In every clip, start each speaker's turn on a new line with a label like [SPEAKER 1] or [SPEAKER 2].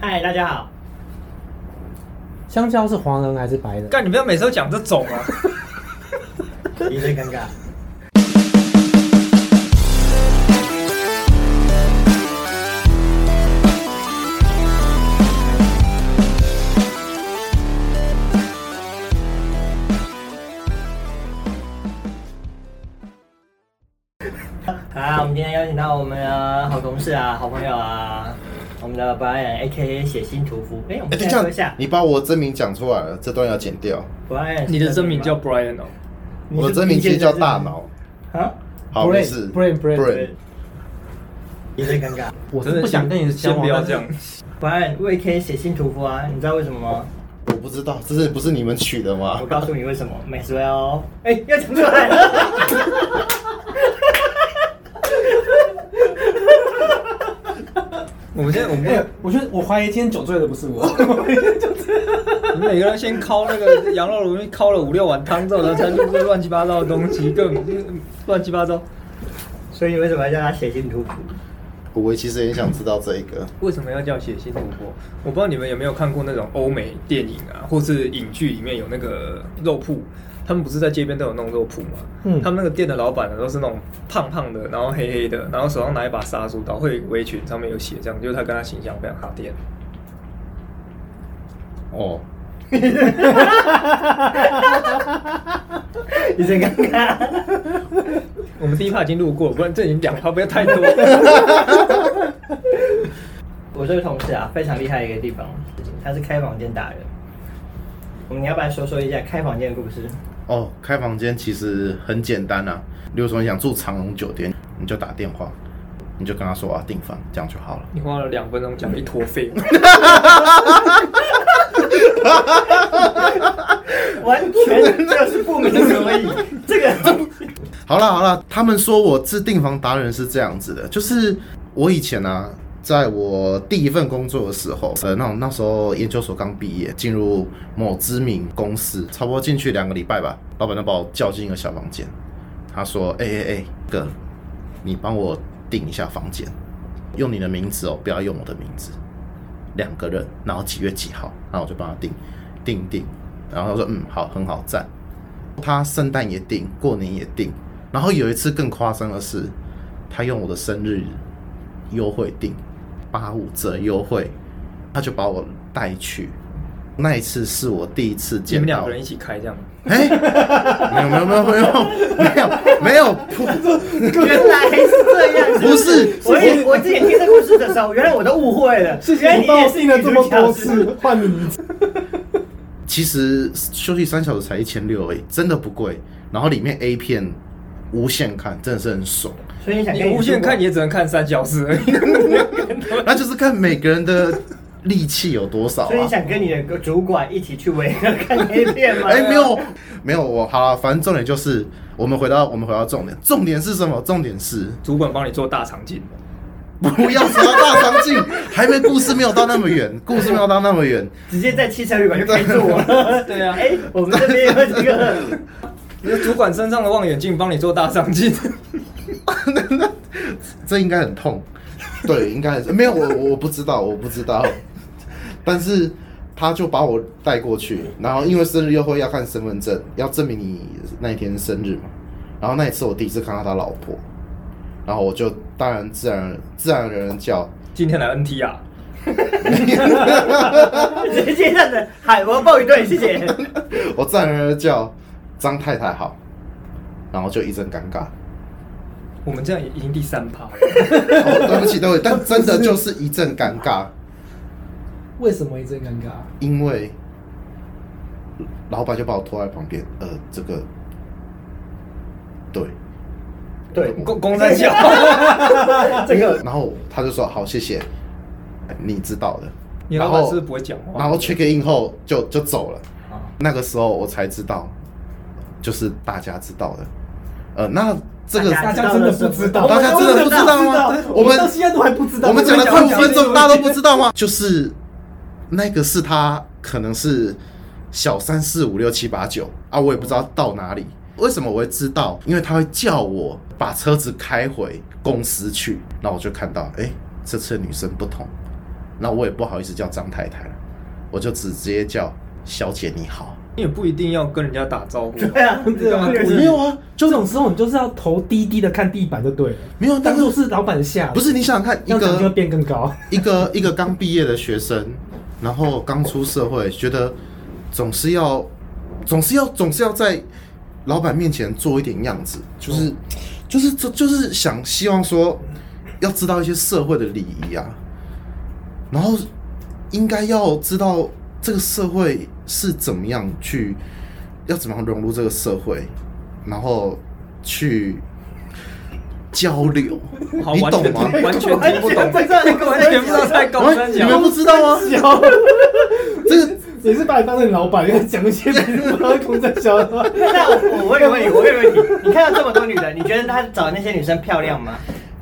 [SPEAKER 1] 嗨，大家好。
[SPEAKER 2] 香蕉是黄人还是白人？
[SPEAKER 3] 干，你不要每次都讲这种啊！
[SPEAKER 1] 有点尴尬。好，我们今天邀请到我们的好同事啊、好朋友啊，我们的 Brian A.K.A. 血腥屠夫。哎、我
[SPEAKER 4] 哎、
[SPEAKER 1] 们
[SPEAKER 4] 等
[SPEAKER 1] 先
[SPEAKER 4] 一
[SPEAKER 1] 说一下
[SPEAKER 4] 下，你把我真名讲出来了，这段要剪掉。
[SPEAKER 1] Brian，
[SPEAKER 3] 你的真名叫
[SPEAKER 1] 吗
[SPEAKER 3] Brian 哦，
[SPEAKER 1] 你
[SPEAKER 4] 我
[SPEAKER 1] 是
[SPEAKER 4] 的真名其实叫大脑。
[SPEAKER 1] 啊，
[SPEAKER 4] 好，没事。
[SPEAKER 2] Brain- Brain-
[SPEAKER 4] Brain
[SPEAKER 1] 有点尴尬。
[SPEAKER 2] 我
[SPEAKER 3] 真
[SPEAKER 2] 是
[SPEAKER 3] 的
[SPEAKER 2] 不想
[SPEAKER 3] 先
[SPEAKER 2] 跟你
[SPEAKER 3] 先
[SPEAKER 2] 交
[SPEAKER 3] 不
[SPEAKER 2] 往，
[SPEAKER 3] 要
[SPEAKER 2] 但
[SPEAKER 3] 这
[SPEAKER 2] 是
[SPEAKER 3] 样。
[SPEAKER 1] Brian 为 K 写信屠夫啊，你知道为什么吗？
[SPEAKER 4] 我不知道，这是不是你们取的吗
[SPEAKER 1] 我？告诉你为什么， 美斯哦，哎、要讲出来了，
[SPEAKER 3] 我们现在我
[SPEAKER 2] 哎、
[SPEAKER 3] 们
[SPEAKER 2] 我觉得我怀疑今天酒醉的不是我，
[SPEAKER 3] 我们每个人先烤那个羊肉炉，烤了五六碗汤之后，然后才录这乱七八糟的东西，根本就是乱七八糟。
[SPEAKER 1] 所以你为什么要叫他写信屠夫？
[SPEAKER 4] 我其实也想知道这一个。
[SPEAKER 3] 为什么要叫血腥突破？我不知道你们有没有看过那种欧美电影啊，或是影剧里面有那个肉铺，他们不是在街边都有那种肉铺吗？
[SPEAKER 2] 嗯
[SPEAKER 3] 他们那个店的老板呢都是那种胖胖的，然后黑黑的，然后手上拿一把杀猪刀，会有一个围裙上面有写，这样就是他跟他形象非常搭电。
[SPEAKER 4] 哦，
[SPEAKER 1] 有点尴尬。
[SPEAKER 3] 我们第一趴已经录过，不然这已经两趴，不要太多了。
[SPEAKER 1] 我这个同事啊，非常厉害的一个地方，他是开房间达人。我们你要不要说说一下开房间的故事？
[SPEAKER 4] 哦，开房间其实很简单啊。例如说你想住长隆酒店，你就打电话，你就跟他说我要订房，这样就好了。
[SPEAKER 3] 你花了两分钟讲一坨废话，
[SPEAKER 1] 完全就是不明所以，这个
[SPEAKER 4] 好了好了，他们说我制订房达人是这样子的，就是我以前啊，在我第一份工作的时候，呃，那种那时候研究所刚毕业，进入某知名公司，差不多进去两个礼拜吧，老板就把我叫进一个小房间，他说：“哎哎哎，哥，你帮我订一下房间，用你的名字哦，不要用我的名字。”两个人，然后几月几号，然后我就帮他订，订订，然后他说嗯好，很好赞。他圣诞也订，过年也订，然后有一次更夸张的是，他用我的生日优惠订八五折优惠，他就把我带去。那一次是我第一次
[SPEAKER 3] 你
[SPEAKER 4] 见
[SPEAKER 3] 们
[SPEAKER 4] 到
[SPEAKER 3] 两个，人一起开这样。
[SPEAKER 4] 哎、没有没有没有没有没有没有，
[SPEAKER 1] 原来是这样。
[SPEAKER 4] 不是
[SPEAKER 1] 我也我之前听这故事的时候，原来我都误会了。
[SPEAKER 2] 事
[SPEAKER 1] 原来
[SPEAKER 2] 情
[SPEAKER 1] 你也
[SPEAKER 2] 报
[SPEAKER 1] 是
[SPEAKER 2] 信了这么
[SPEAKER 1] 女主角
[SPEAKER 2] 多次，换你
[SPEAKER 4] 其实休息三小时才一千六而已，真的不贵。然后里面 A 片无限看，真的是 很爽。
[SPEAKER 1] 所以你想
[SPEAKER 3] 你
[SPEAKER 1] 跟
[SPEAKER 3] 无限
[SPEAKER 1] 说
[SPEAKER 3] 看，你也只能看三小时 而已。
[SPEAKER 4] 那就是看每个人的力气有多少
[SPEAKER 1] 所以你
[SPEAKER 4] 啊。
[SPEAKER 1] 想跟你的主管一起去维和 看 A 片吗？
[SPEAKER 4] 哎、没有，没有，我好了，反正重点就是，我们回到我们回到重点，重点是什么？重点是
[SPEAKER 3] 主管帮你做大肠镜，
[SPEAKER 4] 不要扯到大肠镜，还没故事没有到那么远，故事没有到那么远。
[SPEAKER 1] 直接在汽车旅馆就开住我。
[SPEAKER 3] 对啊
[SPEAKER 1] 哎，我们这边有这个，
[SPEAKER 3] 你的主管身上的望远镜帮你做大肠镜。
[SPEAKER 4] 这应该很痛。 对，应该很没有我，我我不知道，我不知道。 但是他就把我带过去，然后因为生日优惠要看身份证，要证明你那一天生日嘛。然后那一次我第一次看到他老婆，然后我就当然自然自然而然叫，
[SPEAKER 3] 今天来 NT 啊，
[SPEAKER 1] 直接这样子，海我抱一顿，谢谢。
[SPEAKER 4] 我自然而然叫张太太好，然后就一阵尴尬。
[SPEAKER 3] 我们这样已经第三趴了。
[SPEAKER 4] 哦，对不起，对不起，但真的就是一阵尴尬，
[SPEAKER 2] 为什么一阵尴尬？
[SPEAKER 4] 因为老板就把我拖在旁边，呃，这个对。
[SPEAKER 1] 对，
[SPEAKER 3] 公公三小，
[SPEAKER 1] 这个
[SPEAKER 4] 然后他就说好，谢谢，你知道的。
[SPEAKER 3] 你
[SPEAKER 4] 然
[SPEAKER 3] 老
[SPEAKER 4] 后
[SPEAKER 3] 板是不是不会讲话
[SPEAKER 4] 然后 check in 后就就走了。
[SPEAKER 1] 哦
[SPEAKER 4] 那个时候我才知道，就是大家知道的。呃，那这个
[SPEAKER 1] 大
[SPEAKER 2] 大
[SPEAKER 1] 家真
[SPEAKER 2] 家真
[SPEAKER 1] 的
[SPEAKER 2] 的
[SPEAKER 1] 不
[SPEAKER 2] 不
[SPEAKER 1] 知
[SPEAKER 2] 知
[SPEAKER 1] 道
[SPEAKER 2] 道，
[SPEAKER 4] 大家真的不知道吗？
[SPEAKER 2] 我
[SPEAKER 4] 们
[SPEAKER 2] 们到现在都还不知道。
[SPEAKER 4] 我们讲了
[SPEAKER 2] 你
[SPEAKER 4] 快五分
[SPEAKER 2] 讲
[SPEAKER 4] 钟，大家都不知道吗？就是那个是他可能是小三四五六七八九啊，我也不知道到哪里。为什么我会知道？因为他会叫我把车子开回公司去，然后我就看到，哎、这次的女生不同，那我也不好意思叫张太太了，我就直接叫小姐你好。
[SPEAKER 3] 你也不一定要跟人家打招呼啊、
[SPEAKER 1] 对啊，
[SPEAKER 2] 对啊
[SPEAKER 1] 这个
[SPEAKER 2] 是
[SPEAKER 1] 是
[SPEAKER 4] 没有啊，
[SPEAKER 2] 这种时候你就是要头低低的看地板就对了，
[SPEAKER 4] 没有，啊但
[SPEAKER 2] 当
[SPEAKER 4] 是
[SPEAKER 2] 做是老板下，
[SPEAKER 4] 不
[SPEAKER 2] 是
[SPEAKER 4] 是你想想看，一
[SPEAKER 2] 这样感觉会
[SPEAKER 4] 个
[SPEAKER 2] 变更高。
[SPEAKER 4] 一个一个刚毕业的学生，然后刚出社会，觉得总是要总是要总是要在老板面前做一点样子，就是
[SPEAKER 3] 嗯
[SPEAKER 4] 就是就就是想希望说要知道一些社会的礼仪啊，然后应该要知道这个社会是怎么样去要怎么样融入这个社会，然后去。交流，
[SPEAKER 3] 好
[SPEAKER 4] 你
[SPEAKER 3] 完
[SPEAKER 4] 懂
[SPEAKER 3] 全
[SPEAKER 4] 吗？
[SPEAKER 3] 完全听不懂，
[SPEAKER 1] 完全不懂
[SPEAKER 3] 完全不知道在搞
[SPEAKER 4] 喂
[SPEAKER 3] 三
[SPEAKER 4] 你
[SPEAKER 3] 角
[SPEAKER 4] 们。不知道吗？ 这个
[SPEAKER 2] 也是把你当成老板，跟讲一些不要公在小 的话。
[SPEAKER 1] 那我我问个问题，我问个问题，你看到这么多女人，你觉得她找那些女生漂亮吗？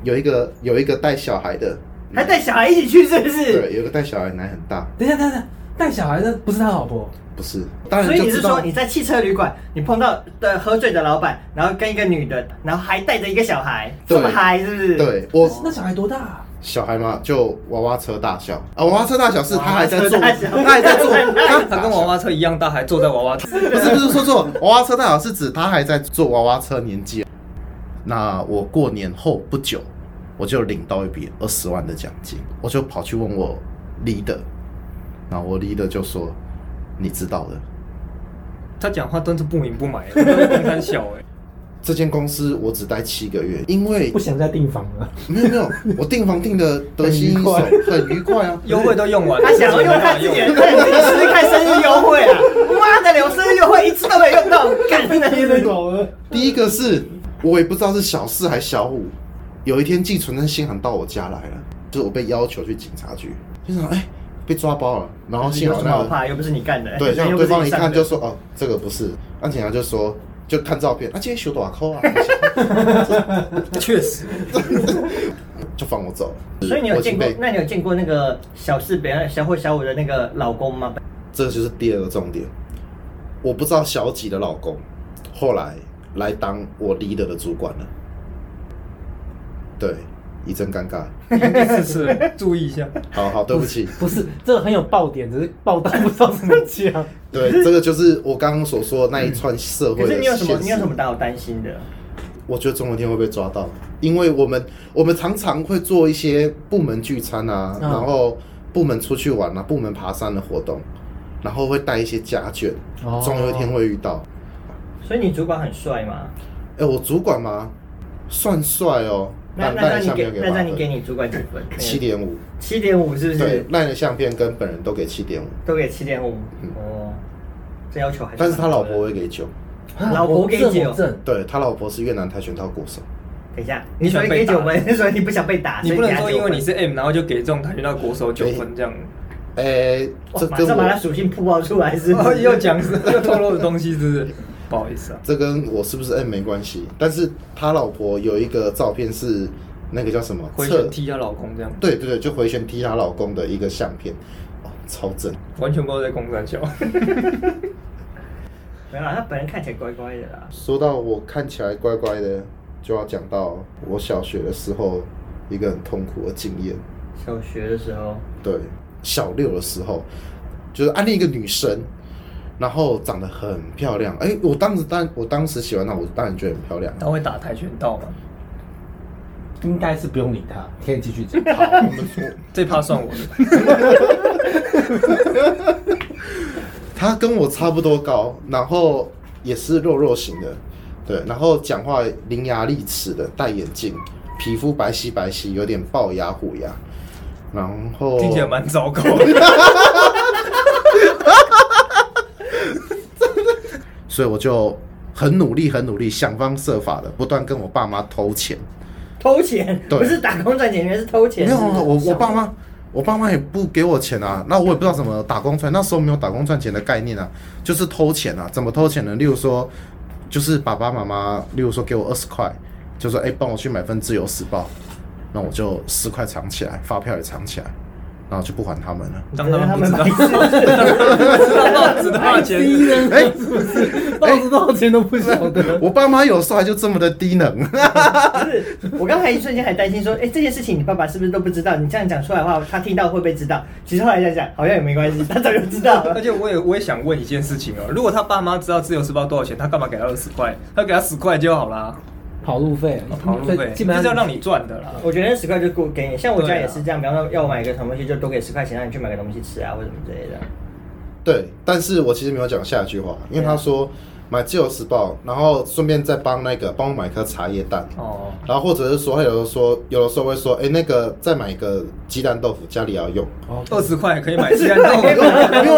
[SPEAKER 4] 有一个有一个带小孩的，嗯
[SPEAKER 1] 还带小孩一起去是不是？
[SPEAKER 4] 对，有一个带小孩奶很大，
[SPEAKER 2] 等一下，等一下，带小孩的不是他老婆，
[SPEAKER 4] 不是，当
[SPEAKER 1] 所
[SPEAKER 4] 然
[SPEAKER 1] 以
[SPEAKER 4] 就
[SPEAKER 1] 你是
[SPEAKER 4] 知道
[SPEAKER 1] 说你在汽车旅馆，你碰到的喝醉的老板，然后跟一个女的，然后还带着一个小孩，
[SPEAKER 4] 对
[SPEAKER 1] 这么嗨是不是？，哦
[SPEAKER 4] 对我
[SPEAKER 2] 那小孩多大、啊？
[SPEAKER 4] 小孩嘛，就娃娃车大小啊，娃娃车大小是他还在坐，
[SPEAKER 1] 娃娃车大小
[SPEAKER 4] 他 还在坐，
[SPEAKER 3] 他跟娃娃车一样大，还坐在娃娃车。
[SPEAKER 4] 不是不是说错，娃娃车大小是指他还在坐娃娃车年纪。啊那我过年后不久，我就领到一笔二十万的奖金，我就跑去问我 leader，那我 leader 就说，你知道的，
[SPEAKER 3] 他讲话真是不明不白， 我都是很小哎。
[SPEAKER 4] 这间公司我只待七个月，因为
[SPEAKER 2] 不想再订房了。
[SPEAKER 4] 没有没有，我订房订的得心应手，很愉 快啊。
[SPEAKER 3] 优惠都用完了，
[SPEAKER 1] 他想要用他自 己的，他想自己试试看生日优惠啊！妈的嘞，我生日优惠一次都没有用到， 干真的是。
[SPEAKER 2] 狗了，
[SPEAKER 4] 第一个是我也不知道是小四还是小五，有一天寄存真信函到我家来了，就是我被要求去警察局，就想哎、被抓包了，然后幸
[SPEAKER 1] 有
[SPEAKER 4] 好
[SPEAKER 1] 什么好
[SPEAKER 4] 那
[SPEAKER 1] 怕？又不是你干的，
[SPEAKER 4] 对，像
[SPEAKER 1] 又
[SPEAKER 4] 对
[SPEAKER 1] 不是
[SPEAKER 4] 方
[SPEAKER 1] 你
[SPEAKER 4] 一
[SPEAKER 1] 上
[SPEAKER 4] 看
[SPEAKER 1] 的
[SPEAKER 4] 就说哦这个不是，那警察就说就看照片，啊今天修多少扣啊，我
[SPEAKER 3] 确实，
[SPEAKER 4] 想就放我走了。
[SPEAKER 1] 所以你有
[SPEAKER 4] 我已
[SPEAKER 1] 见
[SPEAKER 4] 经
[SPEAKER 1] 过
[SPEAKER 4] 被？
[SPEAKER 1] 那你有见过那个小四别人小或小五的那个老公吗？
[SPEAKER 4] 这就是第二个重点。我不知道小几的老公后来来当我 leader 的主管了，对，一阵尴尬。
[SPEAKER 3] 第四次了注意一 下。
[SPEAKER 4] 好好，对 不起，
[SPEAKER 2] 不是这个很有爆点，只是爆到不知道怎么 讲。
[SPEAKER 3] 啊
[SPEAKER 4] 对，这个就是我刚刚所说的那一串社会
[SPEAKER 1] 可
[SPEAKER 4] 的
[SPEAKER 1] 是
[SPEAKER 4] 现
[SPEAKER 1] 你有什么？
[SPEAKER 4] 实
[SPEAKER 1] 你有什么让我担心的？
[SPEAKER 4] 我觉得总有一天会被抓到，因为我们我们常常会做一些部门聚餐啊，
[SPEAKER 2] 嗯
[SPEAKER 4] 然后部门出去玩啊，部门爬山的活动，然后会带一些家眷
[SPEAKER 2] 哦，
[SPEAKER 4] 总有一天会遇到。
[SPEAKER 1] 所以你主管很帅吗？
[SPEAKER 4] 哎、我主管嘛，算帅哦，
[SPEAKER 1] 那
[SPEAKER 4] 但
[SPEAKER 1] 那
[SPEAKER 4] 赖
[SPEAKER 1] 那
[SPEAKER 4] 的
[SPEAKER 1] 你
[SPEAKER 4] 相
[SPEAKER 1] 给
[SPEAKER 4] 片给
[SPEAKER 1] 那那你给
[SPEAKER 4] 分，
[SPEAKER 1] 你主管几分？
[SPEAKER 4] 七点五，
[SPEAKER 1] 七点五是不
[SPEAKER 4] 对
[SPEAKER 1] 是，？
[SPEAKER 4] 赖的相片跟本人都给七点五，
[SPEAKER 1] 都给七点五哦，这要求还
[SPEAKER 4] 嗯但是他
[SPEAKER 1] 蛮高
[SPEAKER 4] 老
[SPEAKER 1] 的
[SPEAKER 4] 婆会给九，
[SPEAKER 1] 老婆给
[SPEAKER 2] 这
[SPEAKER 1] 酒
[SPEAKER 3] 哦
[SPEAKER 2] 么正，
[SPEAKER 4] 对他老婆是越南跆拳道国手，
[SPEAKER 1] 等一下，
[SPEAKER 3] 你
[SPEAKER 1] 你
[SPEAKER 3] 喜
[SPEAKER 1] 说
[SPEAKER 3] 欢
[SPEAKER 1] 你
[SPEAKER 3] 被
[SPEAKER 1] 给
[SPEAKER 3] 打
[SPEAKER 1] 九分， 是说你不想被打，
[SPEAKER 3] 你
[SPEAKER 1] 所以
[SPEAKER 3] 不能
[SPEAKER 1] 给他
[SPEAKER 3] 说
[SPEAKER 1] 九
[SPEAKER 3] 因为
[SPEAKER 1] 分
[SPEAKER 3] 你是 M，然后就给这种跆拳道国手九分这样。
[SPEAKER 4] 哎、
[SPEAKER 1] 哇
[SPEAKER 4] 这
[SPEAKER 1] 马
[SPEAKER 4] 跟
[SPEAKER 1] 上把他
[SPEAKER 4] 我
[SPEAKER 1] 属性曝光出来是不
[SPEAKER 3] 哦，
[SPEAKER 1] 是？
[SPEAKER 3] 又讲是又透露的东西，是不是？不好意思啊，
[SPEAKER 4] 这跟我是不是 M 没关系，但是他老婆有一个照片是那个叫什么
[SPEAKER 3] 回
[SPEAKER 4] 侧
[SPEAKER 3] 旋，踢她老公这样，
[SPEAKER 4] 对对对，就回旋踢她老公的一个相片，哦，超正，
[SPEAKER 3] 完全不知道在公山笑。
[SPEAKER 1] 没有啦，他本人看起来乖乖的啦。
[SPEAKER 4] 说到我看起来乖乖的，就要讲到我小学的时候一个很痛苦的经验。
[SPEAKER 1] 小学的时候，
[SPEAKER 4] 对，小六的时候，就是暗恋一个女生，然后长得很漂亮。哎、我当时当我当时喜欢她，我当然觉得很漂亮。
[SPEAKER 3] 他会打跆拳道吗？
[SPEAKER 2] 应该是不用理他，可以继 续讲。
[SPEAKER 4] 好，我们说，
[SPEAKER 3] 这趴算我的。
[SPEAKER 4] 她跟我差不多高，然后也是肉肉型的，对，然后讲话伶牙俐齿的，戴眼镜，皮肤白皙白皙，有点龅牙虎牙，然后
[SPEAKER 3] 听起来蛮糟糕 的。
[SPEAKER 4] 所以我就很努力，很努力，想方设法的不断跟我爸妈偷钱。
[SPEAKER 1] 偷钱
[SPEAKER 4] 对
[SPEAKER 1] 不是打工赚钱，原来是偷钱。
[SPEAKER 4] 没有
[SPEAKER 1] 是不
[SPEAKER 4] 啊，
[SPEAKER 1] 是
[SPEAKER 4] 我我爸妈，我爸妈也不给我钱啊，那我也不知道怎么打工赚，那时候没有打工赚钱的概念啊，就是偷钱啊，怎么偷钱呢？例如说，就是爸爸妈妈，例如说给我二十块，就说哎，帮、我去买份《自由时报》，那我就十块藏起来，发票也藏起来，然后就不还他们了。
[SPEAKER 3] 当他们不知道
[SPEAKER 1] 白，痴，
[SPEAKER 3] 只花钱
[SPEAKER 2] 第一人
[SPEAKER 4] 哎、
[SPEAKER 2] 到时多少钱都不晓 得。
[SPEAKER 4] 我爸妈有时候还就这么的低能，
[SPEAKER 1] 不是，我刚才一瞬间还担心说，哎、这件事情你爸爸是不是都不知道？你这样讲出来的话，他听到会不会知道？其实后来想想，好像也没关系，他早就知道
[SPEAKER 3] 而
[SPEAKER 1] 了。
[SPEAKER 3] 且我也我也想问一件事情哦，如果他爸妈知道自由时报多少钱，他干嘛给他二十块？他给他十块就好啦，
[SPEAKER 2] 跑路费
[SPEAKER 3] 哦，跑路费，
[SPEAKER 2] 这基本
[SPEAKER 3] 就是要
[SPEAKER 2] 上
[SPEAKER 3] 让你赚的啦。
[SPEAKER 1] 我觉得十块就够给你，像我家
[SPEAKER 3] 对啊
[SPEAKER 1] 也是这样，比方说要我买一个什么东西，就多给十块钱让你去买个东西吃啊，或者什么之类的。
[SPEAKER 4] 对，但是我其实没有讲下一句话，因为他说买《自由时报》，然后顺便再帮那个帮我买颗茶叶蛋，
[SPEAKER 3] 哦，
[SPEAKER 4] 然后或者是说，有的说有的时候会说，哎，那个再买一个鸡蛋豆腐，家里也要用。
[SPEAKER 2] 哦
[SPEAKER 3] 二十块可以买鸡蛋豆 腐。
[SPEAKER 4] 没有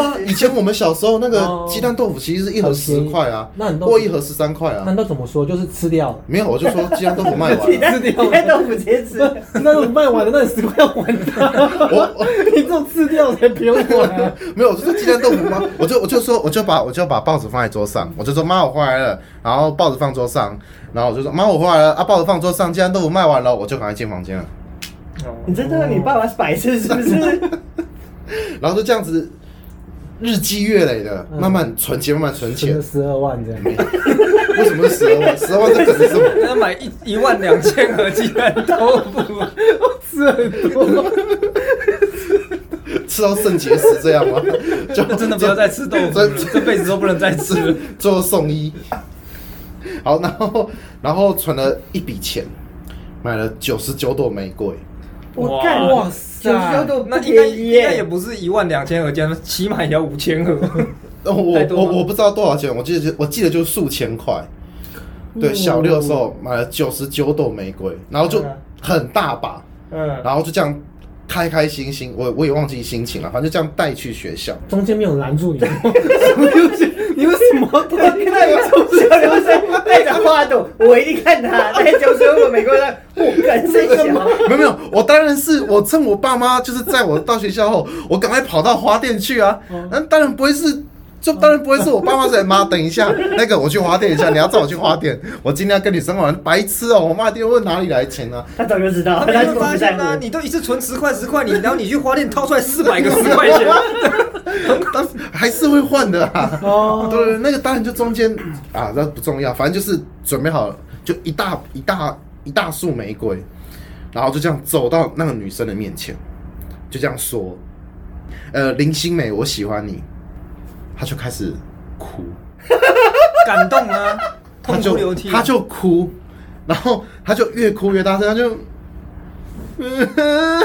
[SPEAKER 4] 啊，以前我们小时候那
[SPEAKER 2] 哦
[SPEAKER 4] 个鸡蛋豆腐其实是一盒十块啊，
[SPEAKER 2] 那你都
[SPEAKER 4] 或一盒十三块
[SPEAKER 2] 那
[SPEAKER 4] 啊
[SPEAKER 2] 你。都怎么说？就是吃掉了。
[SPEAKER 4] 没有，我就说 鸡蛋豆腐卖完
[SPEAKER 1] 你
[SPEAKER 4] 了。
[SPEAKER 1] 在你在豆腐直接吃，
[SPEAKER 2] 那种卖完的，那你十块要还他。
[SPEAKER 4] 我我
[SPEAKER 2] 你这种吃掉才不用还、啊。
[SPEAKER 4] 没有，我就说鸡蛋豆腐吗？我就我就说我就把我就把报纸放在桌上，我就说妈我回来了，然后报纸放桌上，然后我就说妈我回来了啊，报纸放桌上，鸡蛋豆腐卖完了，我就赶快进房间了。
[SPEAKER 3] 哦
[SPEAKER 1] 你真的你爸爸是白痴是不是？
[SPEAKER 4] 然后就这样子日积月累的
[SPEAKER 2] 嗯
[SPEAKER 4] 慢慢存钱，慢慢存
[SPEAKER 2] 存
[SPEAKER 4] 钱
[SPEAKER 2] 了。十二万这样。
[SPEAKER 4] 为什么是十二万？十二万这可能是什么？
[SPEAKER 3] 那买一一万两千盒鸡蛋豆腐，
[SPEAKER 2] 吃很多，
[SPEAKER 4] 吃到肾结石这样吗？就
[SPEAKER 3] 那 真的不要再吃豆腐了，
[SPEAKER 4] 真
[SPEAKER 3] 这辈子都不能再吃了。
[SPEAKER 4] 最后送医。好，然后然后存了一笔钱，买了九十九朵玫瑰，
[SPEAKER 1] 我干，
[SPEAKER 2] 哇
[SPEAKER 1] 九
[SPEAKER 2] 塞
[SPEAKER 1] 十九度
[SPEAKER 3] 那
[SPEAKER 1] 不
[SPEAKER 3] 应该
[SPEAKER 1] 便宜
[SPEAKER 3] 应该也
[SPEAKER 1] 耶。
[SPEAKER 3] 不是一万两千盒鸡蛋，起码也要五千盒。
[SPEAKER 4] 哦、我
[SPEAKER 3] 太多吗
[SPEAKER 4] 我我不知道多少钱，我记得就我记得就数千块。对，小六的时候买了九十九朵玫瑰，然后就
[SPEAKER 1] 嗯
[SPEAKER 4] 很大把，
[SPEAKER 1] 嗯，
[SPEAKER 4] 然后就这样开开心心，我我也忘记心情了，反正就这样带去学校。
[SPEAKER 2] 中间没有拦 住你吗，什么东西？你为什么都
[SPEAKER 1] 那个小留生带着花朵，我一定看他。那九十五美国人，我敢生小。
[SPEAKER 4] 没有没有，我当然是我趁我爸妈就是在我到学校后，我赶快跑到花店去啊。那当然不会是，就当然不会是我爸妈说哎妈，等一下，那个我去花店一下，你要载我去花店，我今天要跟女生玩，白痴哦、我妈一定会问哪里来钱啊。
[SPEAKER 1] 他早就知道，
[SPEAKER 3] 你
[SPEAKER 1] 他
[SPEAKER 3] 有
[SPEAKER 1] 根本
[SPEAKER 3] 发
[SPEAKER 1] 不在
[SPEAKER 3] 现啊？
[SPEAKER 1] 乎。
[SPEAKER 3] 你都一次存十块十块，你然后你去花店掏出来四百个十块钱，
[SPEAKER 4] 当时还是会换的啊。
[SPEAKER 2] 哦
[SPEAKER 4] 对对，那个当然就中间啊，那不重要，反正就是准备好了，就一大一大一大束玫瑰，然后就这样走到那个女生的面前，就这样说：“呃，林心美，我喜欢你。”她就开始哭，
[SPEAKER 3] 感动啊，
[SPEAKER 4] 她
[SPEAKER 3] 痛哭
[SPEAKER 4] 就
[SPEAKER 3] 流涕。
[SPEAKER 4] 她就哭，然后她就越哭越大声，她就。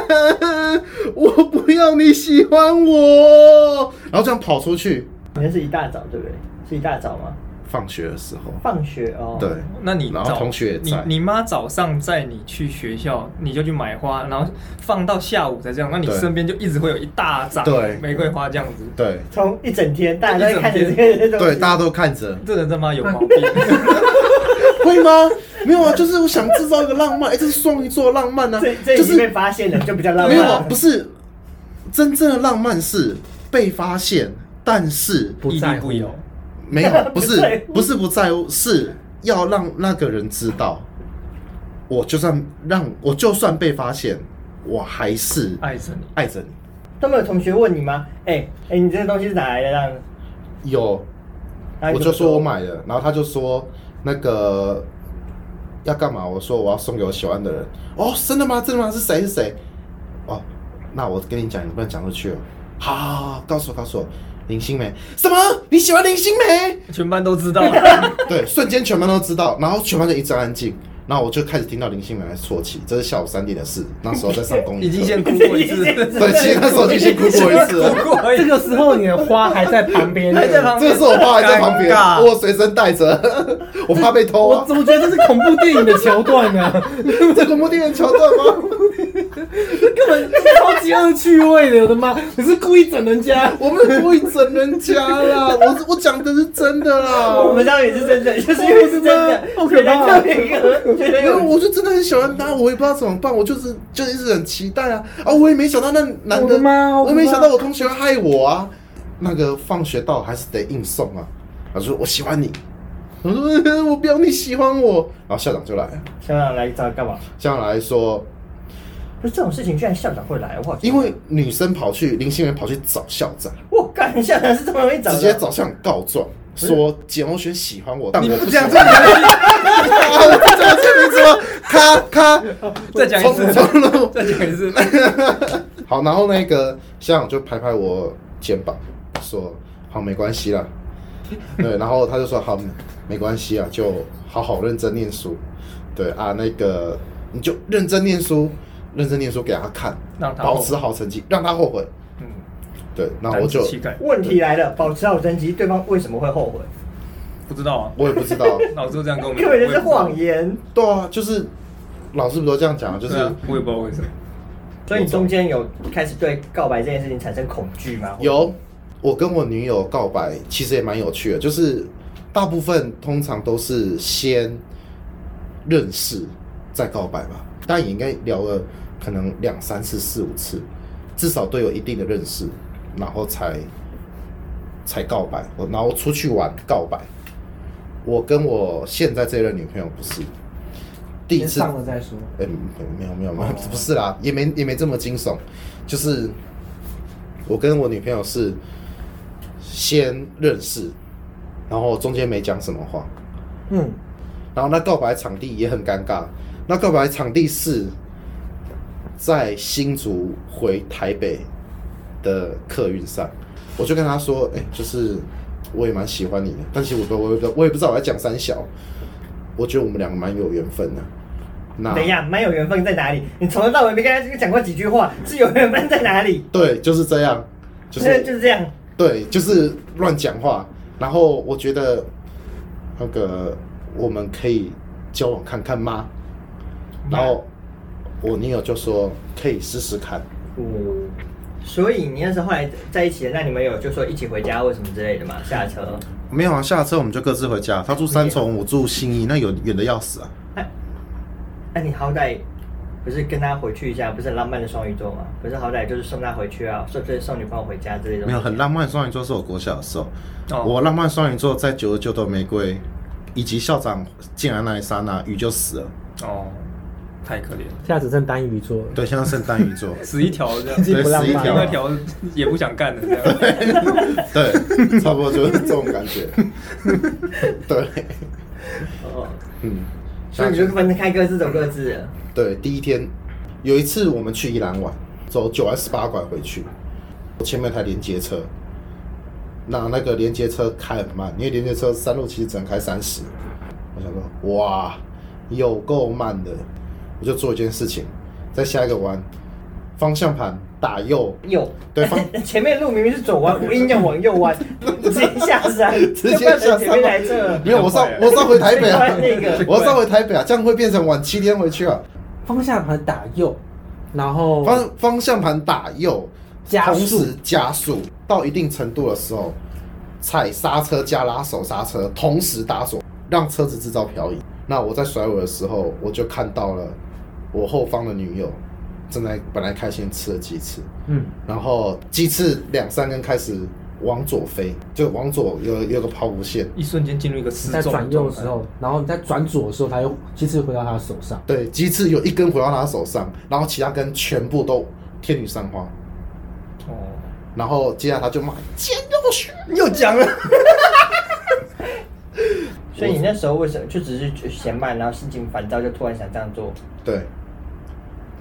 [SPEAKER 4] 我不要你喜欢我，然后这样跑出去。
[SPEAKER 1] 你那是一大早对不对？是一大早吗？
[SPEAKER 4] 放学的时候，
[SPEAKER 1] 放学哦。
[SPEAKER 4] 对，
[SPEAKER 3] 那你
[SPEAKER 4] 然后
[SPEAKER 3] 早
[SPEAKER 4] 同学也
[SPEAKER 3] 你
[SPEAKER 4] 在
[SPEAKER 3] 你妈早上载你去学校，你就去买花，然后放到下午才这样。那你
[SPEAKER 4] 对
[SPEAKER 3] 身边就一直会有一大扎
[SPEAKER 4] 对
[SPEAKER 3] 玫瑰花这样子。
[SPEAKER 4] 对
[SPEAKER 1] 从一整天大家都在看着这个东
[SPEAKER 4] 对，
[SPEAKER 1] 西。
[SPEAKER 4] 大家都看着，
[SPEAKER 3] 这人他妈有 毛病！
[SPEAKER 4] 会吗？没有啊，就是我想制造一个浪漫，哎、这是双鱼座浪漫呢、啊
[SPEAKER 1] 这这
[SPEAKER 4] 就
[SPEAKER 1] 已经被
[SPEAKER 4] 是
[SPEAKER 1] 发现了，就比较浪
[SPEAKER 4] 没有啊
[SPEAKER 1] 漫，
[SPEAKER 4] 不。是真正的浪漫是被发现，但是
[SPEAKER 2] 不
[SPEAKER 3] 屹
[SPEAKER 2] 在
[SPEAKER 3] 立
[SPEAKER 2] 乎
[SPEAKER 3] 不摇，
[SPEAKER 4] 没有，
[SPEAKER 1] 不
[SPEAKER 4] 不
[SPEAKER 1] 在
[SPEAKER 4] 是
[SPEAKER 1] 乎
[SPEAKER 4] 不是不在乎，是要让那个人知道，我就算让我就算被发现，我还是
[SPEAKER 3] 爱着你。
[SPEAKER 4] 爱着你。
[SPEAKER 1] 都没有同学问你吗？哎哎，你这个东西是哪来的？让
[SPEAKER 4] 有，
[SPEAKER 1] 然后
[SPEAKER 4] 我
[SPEAKER 1] 你
[SPEAKER 4] 就说我买了，然后他就说那个要干嘛？我说我要送给我喜欢的人。哦，真的吗？真的吗？是谁？是谁？哦，那我跟你讲，你不能讲出去哦。好好好好，告诉我，告诉我，林心梅什么？你喜欢林心 梅？
[SPEAKER 3] 全班都 知道，了，
[SPEAKER 4] 对，瞬间全班都知道，然后全班就一阵安静。然后我就开始听到林心梅在啜泣，这是下午三点的事。那时候在上公益
[SPEAKER 3] 已
[SPEAKER 4] 课
[SPEAKER 3] 经先哭过一次
[SPEAKER 1] 已，经
[SPEAKER 4] 对，其实那时候已经先哭过一次 了。
[SPEAKER 3] 哭过一
[SPEAKER 2] 这
[SPEAKER 3] 次。
[SPEAKER 2] 个时候你的花还在旁边，
[SPEAKER 3] 还在旁
[SPEAKER 4] 这个是我爸还在旁 边
[SPEAKER 3] 尴，尬
[SPEAKER 4] 我随身带着， 我怕被偷啊
[SPEAKER 2] 我。怎么觉得这是恐怖电影的桥段啊呢、
[SPEAKER 4] 这恐怖电影桥段吗？
[SPEAKER 2] 根本超级恶趣味的，我的妈！你是故意整人家？
[SPEAKER 4] 我们不会整人家啦，我我讲的是真的
[SPEAKER 1] 我
[SPEAKER 4] 啦。
[SPEAKER 1] 们知道你是真的，就是因为是真 的，
[SPEAKER 2] 我的
[SPEAKER 1] 所以才
[SPEAKER 2] 妈
[SPEAKER 1] 特别觉得
[SPEAKER 4] 没有，
[SPEAKER 1] 有
[SPEAKER 4] 啊我就真的很喜欢他，我也不知道怎么办，我就是就一直很期待啊啊！我也没想到那男
[SPEAKER 2] 我
[SPEAKER 4] 的
[SPEAKER 2] 的，妈
[SPEAKER 4] 我也没想到我同学会害我啊。那个放学到还是得硬送啊。他说我喜欢你，我说呃我不要你喜欢我，然后校长就来了，
[SPEAKER 1] 校长来找干嘛？
[SPEAKER 4] 校长来说，
[SPEAKER 1] 不是这种事情，居然校长会来，我好
[SPEAKER 4] 因为女生跑去林心媛跑去找校长，
[SPEAKER 1] 我干校长是这么容易找的，
[SPEAKER 4] 直接找校长告状，说简欧轩喜欢我，但
[SPEAKER 3] 你
[SPEAKER 4] 我
[SPEAKER 3] 不
[SPEAKER 4] 喜
[SPEAKER 3] 讲
[SPEAKER 4] 欢
[SPEAKER 3] 这个，
[SPEAKER 4] 啊，我这怎么证明什么？咔咔，
[SPEAKER 3] 再讲一次，
[SPEAKER 4] 冲冲
[SPEAKER 3] 再讲一 次。
[SPEAKER 4] 好，然后那个校长就拍拍我肩膀，说：“好，没关系啦。”对，然后他就说：“好，没关系啊，就好好认真念书。对啊，那个你就认真念书，认真念书给他看，
[SPEAKER 3] 让他后悔
[SPEAKER 4] 保持好成绩，让他后悔。
[SPEAKER 3] 嗯，
[SPEAKER 4] 对，然后我就
[SPEAKER 3] 男子气概，
[SPEAKER 1] 问题来了，保持好成绩，对方为什么会后悔？
[SPEAKER 3] 不知道啊，
[SPEAKER 4] 我也不知道，
[SPEAKER 3] 老师都这样跟我们
[SPEAKER 1] 根
[SPEAKER 3] 讲，
[SPEAKER 1] 本就是
[SPEAKER 3] 我也
[SPEAKER 1] 谎言。
[SPEAKER 4] 对啊，就是老师不都这样讲啊，
[SPEAKER 3] 不
[SPEAKER 4] 就
[SPEAKER 3] 知
[SPEAKER 4] 是
[SPEAKER 3] 道，对啊我也不知道为什么。
[SPEAKER 1] 所以你中间有开始对告白这件事情产生恐惧吗？
[SPEAKER 4] 有，我跟我女友告白，其实也蛮有趣的，就是大部分通常都是先认识再告白吧，但也应该聊了可能两三次、四五次，至少都有一定的认识，然后才才告白，我然后出去玩告白。我跟我现在这任女朋友不是第一
[SPEAKER 2] 先
[SPEAKER 4] 次
[SPEAKER 2] 上了再说。
[SPEAKER 4] 哎、没有没有没 有，不是啦，也没也没这么惊悚，就是我跟我女朋友是先认识，然后中间没讲什么话，
[SPEAKER 2] 嗯，
[SPEAKER 4] 然后那告白场地也很尴尬，那告白场地是在新竹回台北的客运上，我就跟她说，哎、就是我也蛮喜欢你的，但其实我不我也不知道我也不知道我在讲三小，我觉得我们两个蛮有缘分的。那
[SPEAKER 1] 等一下，蛮有缘分在哪里？你从头到尾没跟他讲过几句话，是有缘分在哪里？
[SPEAKER 4] 对，就是这样，就
[SPEAKER 1] 所以
[SPEAKER 4] 是
[SPEAKER 1] 就是这样。
[SPEAKER 4] 对，就是乱讲话。然后我觉得那个我们可以交往看看吗？然后我女友就说可以试试看。嗯
[SPEAKER 1] 所以你那时候后来在一起了，那你们有就说一起回家或什么之类的吗？下车？
[SPEAKER 4] 没有啊，下车我们就各自回家。他住三重，我住新义，那有远的要死啊。
[SPEAKER 1] 那那你好歹不是跟他回去一下，不是很浪漫的双鱼座吗？不是好歹就是送他回去啊，是不是送女朋友回家之类的？
[SPEAKER 4] 没有很浪漫双鱼座是我国小的时候，
[SPEAKER 3] 哦
[SPEAKER 4] 我浪漫双鱼座在九十九朵玫瑰以及校长进来那一刹那，鱼就死了。
[SPEAKER 3] 哦，太可怜了，
[SPEAKER 2] 下次剩单一鱼座了。
[SPEAKER 4] 对，像圣诞鱼座，
[SPEAKER 3] 死一条这样，
[SPEAKER 2] 已经
[SPEAKER 4] 对，
[SPEAKER 2] 不浪
[SPEAKER 4] 死一
[SPEAKER 2] 漫
[SPEAKER 3] 另
[SPEAKER 4] 条啊
[SPEAKER 3] 外一。条也不想干了这样。
[SPEAKER 4] 对，差不多就是这种感觉。对，
[SPEAKER 1] 哦，
[SPEAKER 4] 嗯，
[SPEAKER 1] 所以你就分开各自走各自了。
[SPEAKER 4] 对，第一天有一次我们去宜兰玩，走九还十八拐回去，我前面有台连接车，那那个连接车开很慢，因为连接车山路其实只能开三十，我想说哇，有够慢的，我就做一件事情，在下一个弯方向盘打右，
[SPEAKER 1] 有
[SPEAKER 4] 对 方
[SPEAKER 1] 前面路明明是左弯，我硬要往右弯，直接下山，
[SPEAKER 4] 直接
[SPEAKER 1] 要不
[SPEAKER 4] 下
[SPEAKER 1] 然前
[SPEAKER 4] 山
[SPEAKER 1] 面
[SPEAKER 4] 吗
[SPEAKER 1] 来这。
[SPEAKER 4] 没有，我上我上回台北啊
[SPEAKER 1] 最快那，个
[SPEAKER 4] 我要上回台北啊，这样会变成晚七天回去啊。
[SPEAKER 2] 方向盘打右，然后
[SPEAKER 4] 方方向盘打右，
[SPEAKER 2] 哦加
[SPEAKER 4] 同
[SPEAKER 2] 速
[SPEAKER 4] 时加速到一定程度的时候，踩刹车加拉手刹车，同时打锁，让车子制造漂移。那我在甩尾的时候，我就看到了我后方的女友正在本来开心吃了鸡翅，
[SPEAKER 2] 嗯，
[SPEAKER 4] 然后鸡翅两三根开始往左飞，就往左有有个抛物线，
[SPEAKER 3] 一瞬间进入一个失
[SPEAKER 2] 在
[SPEAKER 3] 重
[SPEAKER 2] 转右的
[SPEAKER 3] 状态
[SPEAKER 2] 时，候，然后你在转左的时候，它又其实回到他的手上。
[SPEAKER 4] 对，鸡翅有一根回到他手上，然后其他根全部都天女散花。
[SPEAKER 3] 哦，
[SPEAKER 4] 然后接下来他就骂捡肉血，
[SPEAKER 3] 又讲了，
[SPEAKER 1] 所以你那时候为什么就只是嫌慢，然后心情烦躁，就突然想这样做？
[SPEAKER 4] 对，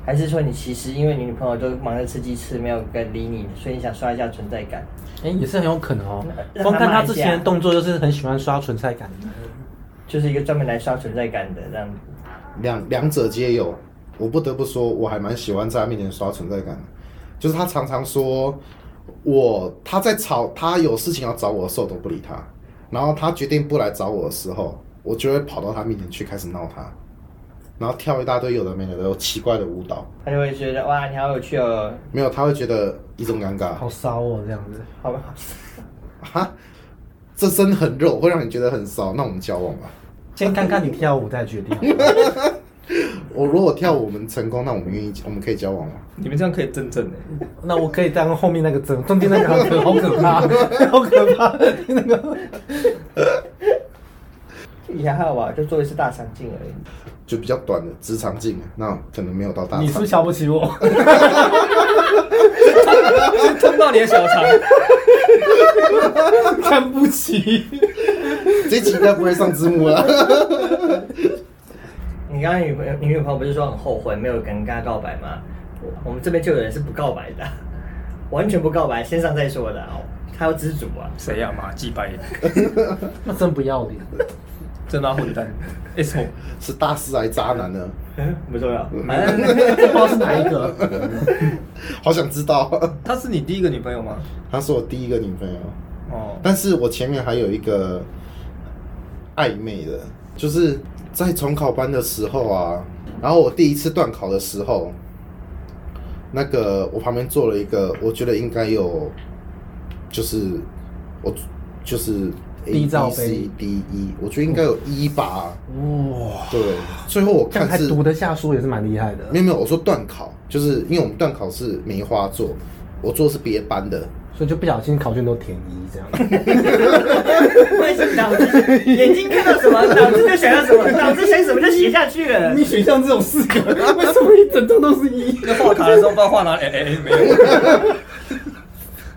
[SPEAKER 1] 还是说你其实因为你女朋友都忙着吃鸡翅，没有跟理你，所以你想刷一下存在感？
[SPEAKER 2] 哎、也是很有可能哦
[SPEAKER 1] 那。
[SPEAKER 2] 光看
[SPEAKER 1] 那他骂
[SPEAKER 2] 他
[SPEAKER 1] 一
[SPEAKER 2] 之前
[SPEAKER 1] 下
[SPEAKER 2] 的动作，就是很喜欢刷存在感。
[SPEAKER 1] 就是一个专门来刷存在感的这样子。
[SPEAKER 4] 两两者皆有。我不得不说，我还蛮喜欢在他面前刷存在感的，就是他常常说我他在吵，他有事情要找我的时候我都不理他，然后他决定不来找我的时候，我就会跑到他面前去开始闹他，然后跳一大堆有的没的有奇怪的舞蹈，
[SPEAKER 1] 他就会觉得哇，你好有趣哦，
[SPEAKER 4] 没有他会觉得一种尴尬，
[SPEAKER 2] 好骚哦，这样子。
[SPEAKER 1] 好不好？
[SPEAKER 4] 哈，这身很肉，会让你觉得很骚，那我们交往吧。
[SPEAKER 2] 先看看你跳舞再决定。
[SPEAKER 4] 我如果跳舞我们成功，那我们愿意，我们可以交往吗？
[SPEAKER 3] 你们这样可以真正的，
[SPEAKER 2] 那我可以当后面那个真，中间那个好 可好可怕，好可怕。那个
[SPEAKER 1] 以也还好吧，就做一次大肠镜而已。
[SPEAKER 4] 就比较短的直肠镜，那可能没有到大
[SPEAKER 2] 你是不
[SPEAKER 4] 肠
[SPEAKER 2] 是。瞧不起我？
[SPEAKER 3] 先吞到你的小肠。
[SPEAKER 2] 看不起？
[SPEAKER 4] 这集应该不会上字幕了。
[SPEAKER 1] 你刚刚女朋友，你女朋友不是说很后悔没有跟他告白吗？我我们这边就有人是不告白的， 完全不告白，先上再说的哦。他要知足啊，
[SPEAKER 3] 谁呀、马鸡白，
[SPEAKER 2] 那真不要脸。
[SPEAKER 3] 真拉混蛋，S O。
[SPEAKER 4] 是大师还是渣男呢？
[SPEAKER 1] 不重要，反正
[SPEAKER 2] 这不知道是哪一个，
[SPEAKER 4] 好想知道。
[SPEAKER 3] 她是你第一个女朋友吗？
[SPEAKER 4] 她是我第一个女朋友，
[SPEAKER 3] 哦，
[SPEAKER 4] 但是我前面还有一个暧昧的，就是在重考班的时候啊，然后我第一次断考的时候，那个我旁边坐了一个，我觉得应该有，就是我就是 A
[SPEAKER 2] 低罩
[SPEAKER 4] B
[SPEAKER 2] 杯
[SPEAKER 4] C D E，我觉得应该有一、吧，
[SPEAKER 2] 哇，
[SPEAKER 4] 对，最后我
[SPEAKER 2] 这样
[SPEAKER 4] 看
[SPEAKER 2] 还
[SPEAKER 4] 是
[SPEAKER 2] 读得下书也是蛮厉害的。
[SPEAKER 4] 没有没有，我说断考，就是因为我们断考是梅花座，我做的是别班的，
[SPEAKER 2] 所以就不小心考卷都填一这样。
[SPEAKER 1] 为什么脑子眼睛看到什么，脑子就想要什么，脑子想什么就写下去了。
[SPEAKER 2] 你选项只有四个，为什么一整张都是一？
[SPEAKER 3] 那画卡的时候不知道画哪里， 哎、哎、哎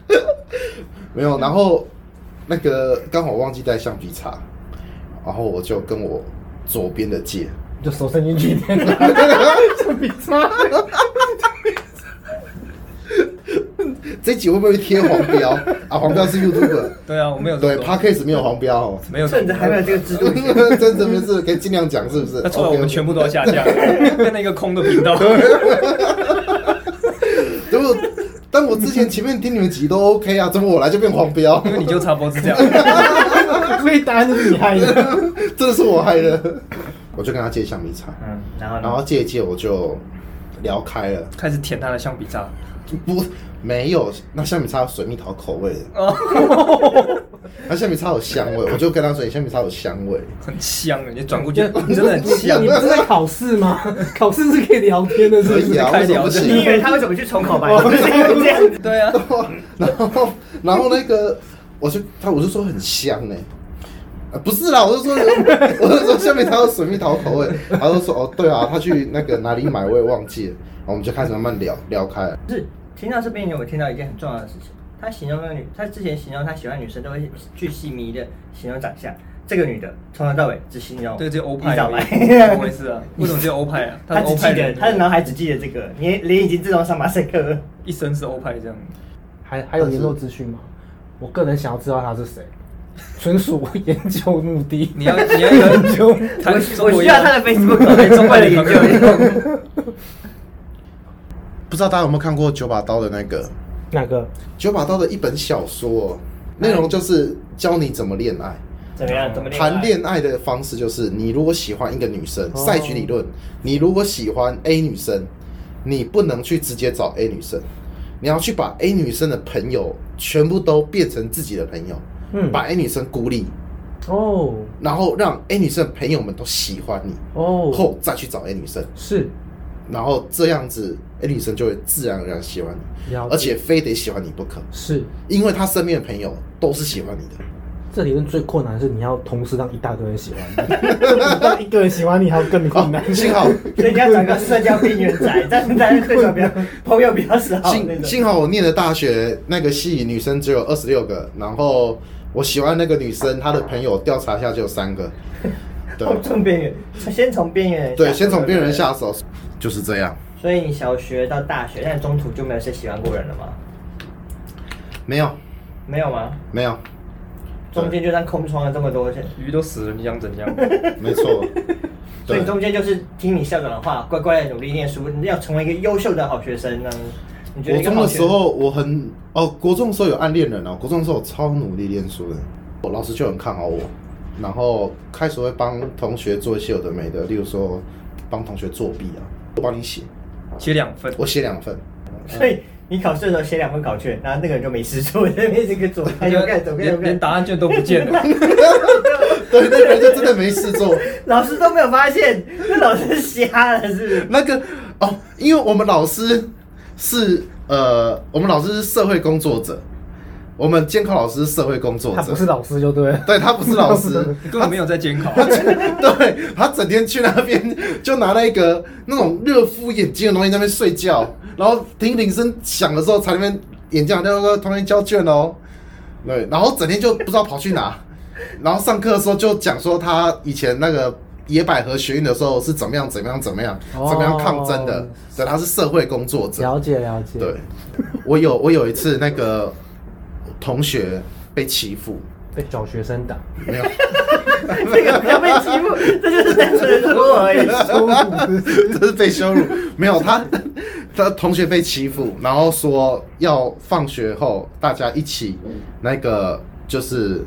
[SPEAKER 3] 没有。
[SPEAKER 4] 没有，然后那个刚好忘记带橡皮擦，然后我就跟我左边的借，
[SPEAKER 2] 就手伸进去填， 橡皮擦。
[SPEAKER 4] 这集会不会贴黄标啊？黄标是 YouTube，
[SPEAKER 3] 对啊，我没有这
[SPEAKER 4] 对
[SPEAKER 3] 么多。
[SPEAKER 4] ，Podcast 没有黄标哦。
[SPEAKER 3] 没有这
[SPEAKER 1] 趁
[SPEAKER 3] 么
[SPEAKER 1] 着
[SPEAKER 3] 多。
[SPEAKER 1] 还没有这个制度，
[SPEAKER 4] 真的没事，可以尽量讲，是不是？
[SPEAKER 3] 那出来我
[SPEAKER 4] OK，OK
[SPEAKER 3] 们全部都要下架，变成一个空的频道。
[SPEAKER 4] 对不？但我之前前面听你们集都 OK 啊，怎么我来就变黄标？
[SPEAKER 3] 因为你就差不多是这样。
[SPEAKER 2] 所以答案就是你害 的。
[SPEAKER 4] 真的是我害的。我就跟他借橡皮擦，
[SPEAKER 1] 嗯，然后
[SPEAKER 4] 然
[SPEAKER 1] 呢？
[SPEAKER 4] 后借一借我就聊开了，
[SPEAKER 3] 开始舔他的橡皮擦，
[SPEAKER 4] 就不没有那橡皮擦有水蜜桃口味的，
[SPEAKER 3] 哦，
[SPEAKER 4] 那橡皮擦有香味，我就跟他说你橡皮擦有香 味。
[SPEAKER 3] 很香啊！你转过去， 你真的很
[SPEAKER 2] 你
[SPEAKER 3] 香
[SPEAKER 2] 啊你。不是在考试吗？ 考试是可以聊天的，是不
[SPEAKER 4] 可以
[SPEAKER 2] 是？
[SPEAKER 4] 啊，
[SPEAKER 3] 开
[SPEAKER 4] 为什么
[SPEAKER 3] 聊
[SPEAKER 4] 不
[SPEAKER 3] 的
[SPEAKER 1] 你以
[SPEAKER 4] 行？
[SPEAKER 1] 为他会怎么去重考吧？就是因 为这样。
[SPEAKER 3] 对啊，
[SPEAKER 4] 然后，然后那个，我就他，我就说很香呢、呃不是啦，我就说， 我就说下面他有水蜜桃口味，他就说哦，对啊，他去那个哪里买，我也忘记了。然后我们就开始慢慢聊聊开了，
[SPEAKER 1] 是听到这边有听到一件很重要的事情，他形容那个女，他之前形容他喜欢女生都会巨细迷的形容长相，这个女的从头到尾只形容
[SPEAKER 3] 对，这欧派
[SPEAKER 1] 一张
[SPEAKER 3] 而
[SPEAKER 1] 白
[SPEAKER 3] 已，怎么 回事啊？为什么只有欧派啊？
[SPEAKER 1] 他
[SPEAKER 3] 是
[SPEAKER 1] 只
[SPEAKER 3] 欧
[SPEAKER 1] 记
[SPEAKER 3] 派
[SPEAKER 1] 得
[SPEAKER 3] 人，
[SPEAKER 1] 他的脑海只记得这个，连脸已经自动上马赛克了。
[SPEAKER 3] 一生是欧派这样。
[SPEAKER 2] 还还有联络资讯吗？我个人想要知道他是谁，纯属我研究目的。
[SPEAKER 3] 你要你要研 究，
[SPEAKER 1] 我
[SPEAKER 3] 谈
[SPEAKER 1] 我需要他的 Facebook 来 中外的研究。
[SPEAKER 4] 不知道大家有没有看过九把刀的那个
[SPEAKER 2] 哪个？
[SPEAKER 4] 九把刀的一本小说，内容就是教你怎么恋爱。
[SPEAKER 1] 怎么样？怎么恋爱
[SPEAKER 4] 谈？恋爱的方式就是，你如果喜欢一个女生，
[SPEAKER 2] 哦
[SPEAKER 4] 赛局理论，你如果喜欢 A 女生，你不能去直接找 A 女生，你要去把 A 女生的朋友全部都变成自己的朋友，
[SPEAKER 2] 嗯
[SPEAKER 4] 把 A 女生孤立，
[SPEAKER 2] 哦
[SPEAKER 4] 然后让 A 女生的朋友们都喜欢你，
[SPEAKER 2] 哦，
[SPEAKER 4] 后再去找 A 女生，
[SPEAKER 2] 是
[SPEAKER 4] 然后这样子 A 女生就会自然而然喜欢你，
[SPEAKER 2] 了解
[SPEAKER 4] 而且非得喜欢你不可，
[SPEAKER 2] 是。
[SPEAKER 4] 因为她身边的朋友都是喜欢你的。
[SPEAKER 2] 这理论最困难的是你要同时让一大堆人喜欢 你，让一个人喜欢你还要更困难。
[SPEAKER 4] 哦，幸好
[SPEAKER 1] 所以你要找个社交边缘宅，但是大家对手比较朋友比较少哦那
[SPEAKER 4] 幸
[SPEAKER 1] 种。
[SPEAKER 4] 幸好我念的大学那个系女生只有二十六个，然后我喜欢那个女生，她的朋友调查一下就有三 个，对
[SPEAKER 1] 从从边缘，先从边缘人
[SPEAKER 4] 对，
[SPEAKER 1] 下手
[SPEAKER 4] 先从别人
[SPEAKER 1] 对不对
[SPEAKER 4] 下手，就是这样。
[SPEAKER 1] 所以你小学到大学，但中途就没有谁喜欢过人了吗？
[SPEAKER 4] 没有
[SPEAKER 1] 没有吗？
[SPEAKER 4] 没有，
[SPEAKER 1] 中间就算空窗了这么多天，
[SPEAKER 3] 鱼都死了，你想怎样？
[SPEAKER 4] 没错，
[SPEAKER 1] 所以
[SPEAKER 4] 对
[SPEAKER 1] 你，中间就是听你校长的话，乖乖的努力念书，你要成为一个优秀的好学生。那你你觉得
[SPEAKER 4] 国
[SPEAKER 1] 一个
[SPEAKER 4] 中
[SPEAKER 1] 好
[SPEAKER 4] 的
[SPEAKER 1] 学
[SPEAKER 4] 时候我很哦，国中的时候有暗恋人哦，国中的时候我超努力念书的，我老师就很看好我，然后开始会帮同学做一些有的没的，例如说帮同学作弊啊，我帮你写，
[SPEAKER 3] 切两份，
[SPEAKER 4] 我写两份。
[SPEAKER 1] 所以你考试的时候写两份考卷，然后那个人就没事做，在那边这个左看右哎看左看右
[SPEAKER 3] 连连
[SPEAKER 1] 看，
[SPEAKER 3] 答案卷都不 见了。
[SPEAKER 4] 对，那个人就真的没事做。
[SPEAKER 1] 老师都没有发现，那老师瞎了是不是？
[SPEAKER 4] 那个哦，因为我们老师是呃，我们老师是社会工作者，我们监考老师是社会工作
[SPEAKER 2] 他
[SPEAKER 4] 者
[SPEAKER 2] 不，是老师就对了。
[SPEAKER 4] 对他不是老师，
[SPEAKER 3] 根本没有在 监考。
[SPEAKER 4] 对他整天去那边就拿了一个那种热敷眼睛的东西在那边睡觉，然后听铃声响的时候才在那边眼睛亮说同学交卷哦，对，然后整天就不知道跑去哪，然后上课的时候就讲说他以前那个野百合学运的时候是怎么样怎么样怎么样
[SPEAKER 2] 哦
[SPEAKER 4] 怎么样抗争的，对，他是社会工作者，
[SPEAKER 2] 了解了解，
[SPEAKER 4] 对，我有我有一次那个同学被欺负，
[SPEAKER 2] 被小学生 打，
[SPEAKER 4] 没有。
[SPEAKER 1] 这个不要被欺负，这就是单纯的辱我而已。
[SPEAKER 2] 羞辱自己
[SPEAKER 4] 这是被羞辱，没有他，他同学被欺负，然后说要放学后大家一起那个就是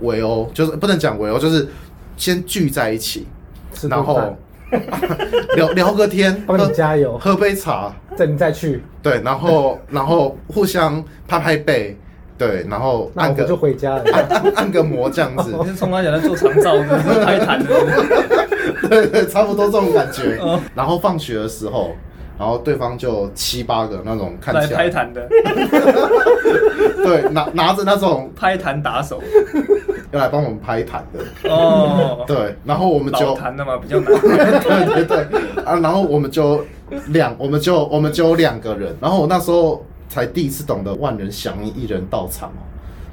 [SPEAKER 4] 围殴，就是不能讲围殴，就是先聚在一起，
[SPEAKER 2] 吃
[SPEAKER 4] 然
[SPEAKER 2] 顿
[SPEAKER 4] 后
[SPEAKER 2] 饭
[SPEAKER 4] 聊聊个天，
[SPEAKER 2] 帮
[SPEAKER 4] 喝
[SPEAKER 2] 你加油，
[SPEAKER 4] 喝杯茶，
[SPEAKER 2] 再你再去，
[SPEAKER 4] 对，然后然后互相拍拍背，对，然后
[SPEAKER 2] 那
[SPEAKER 4] 按
[SPEAKER 2] 我
[SPEAKER 4] 个
[SPEAKER 2] 就哦回家了。
[SPEAKER 4] 按按按个摩这样子，
[SPEAKER 3] 你是从他讲在做长照 的，不是拍谈的。
[SPEAKER 4] 对对，差不多这种感觉。
[SPEAKER 2] 哦
[SPEAKER 4] 然后放学的时候，然后对方就七八个那种看
[SPEAKER 3] 来
[SPEAKER 4] 起
[SPEAKER 3] 拍
[SPEAKER 4] 来。
[SPEAKER 3] 谈的，
[SPEAKER 4] 对，拿拿着那种
[SPEAKER 3] 拍谈 打手
[SPEAKER 4] 要来帮我们拍坛的，
[SPEAKER 3] 哦，
[SPEAKER 4] 对，然后我们
[SPEAKER 3] 老
[SPEAKER 4] 就，
[SPEAKER 3] 谈的嘛比较难。
[SPEAKER 4] 对对对，啊，然后我们就两，我们就我们就有两个人，然后我那时候才第一次懂得万人响应一人到场哦，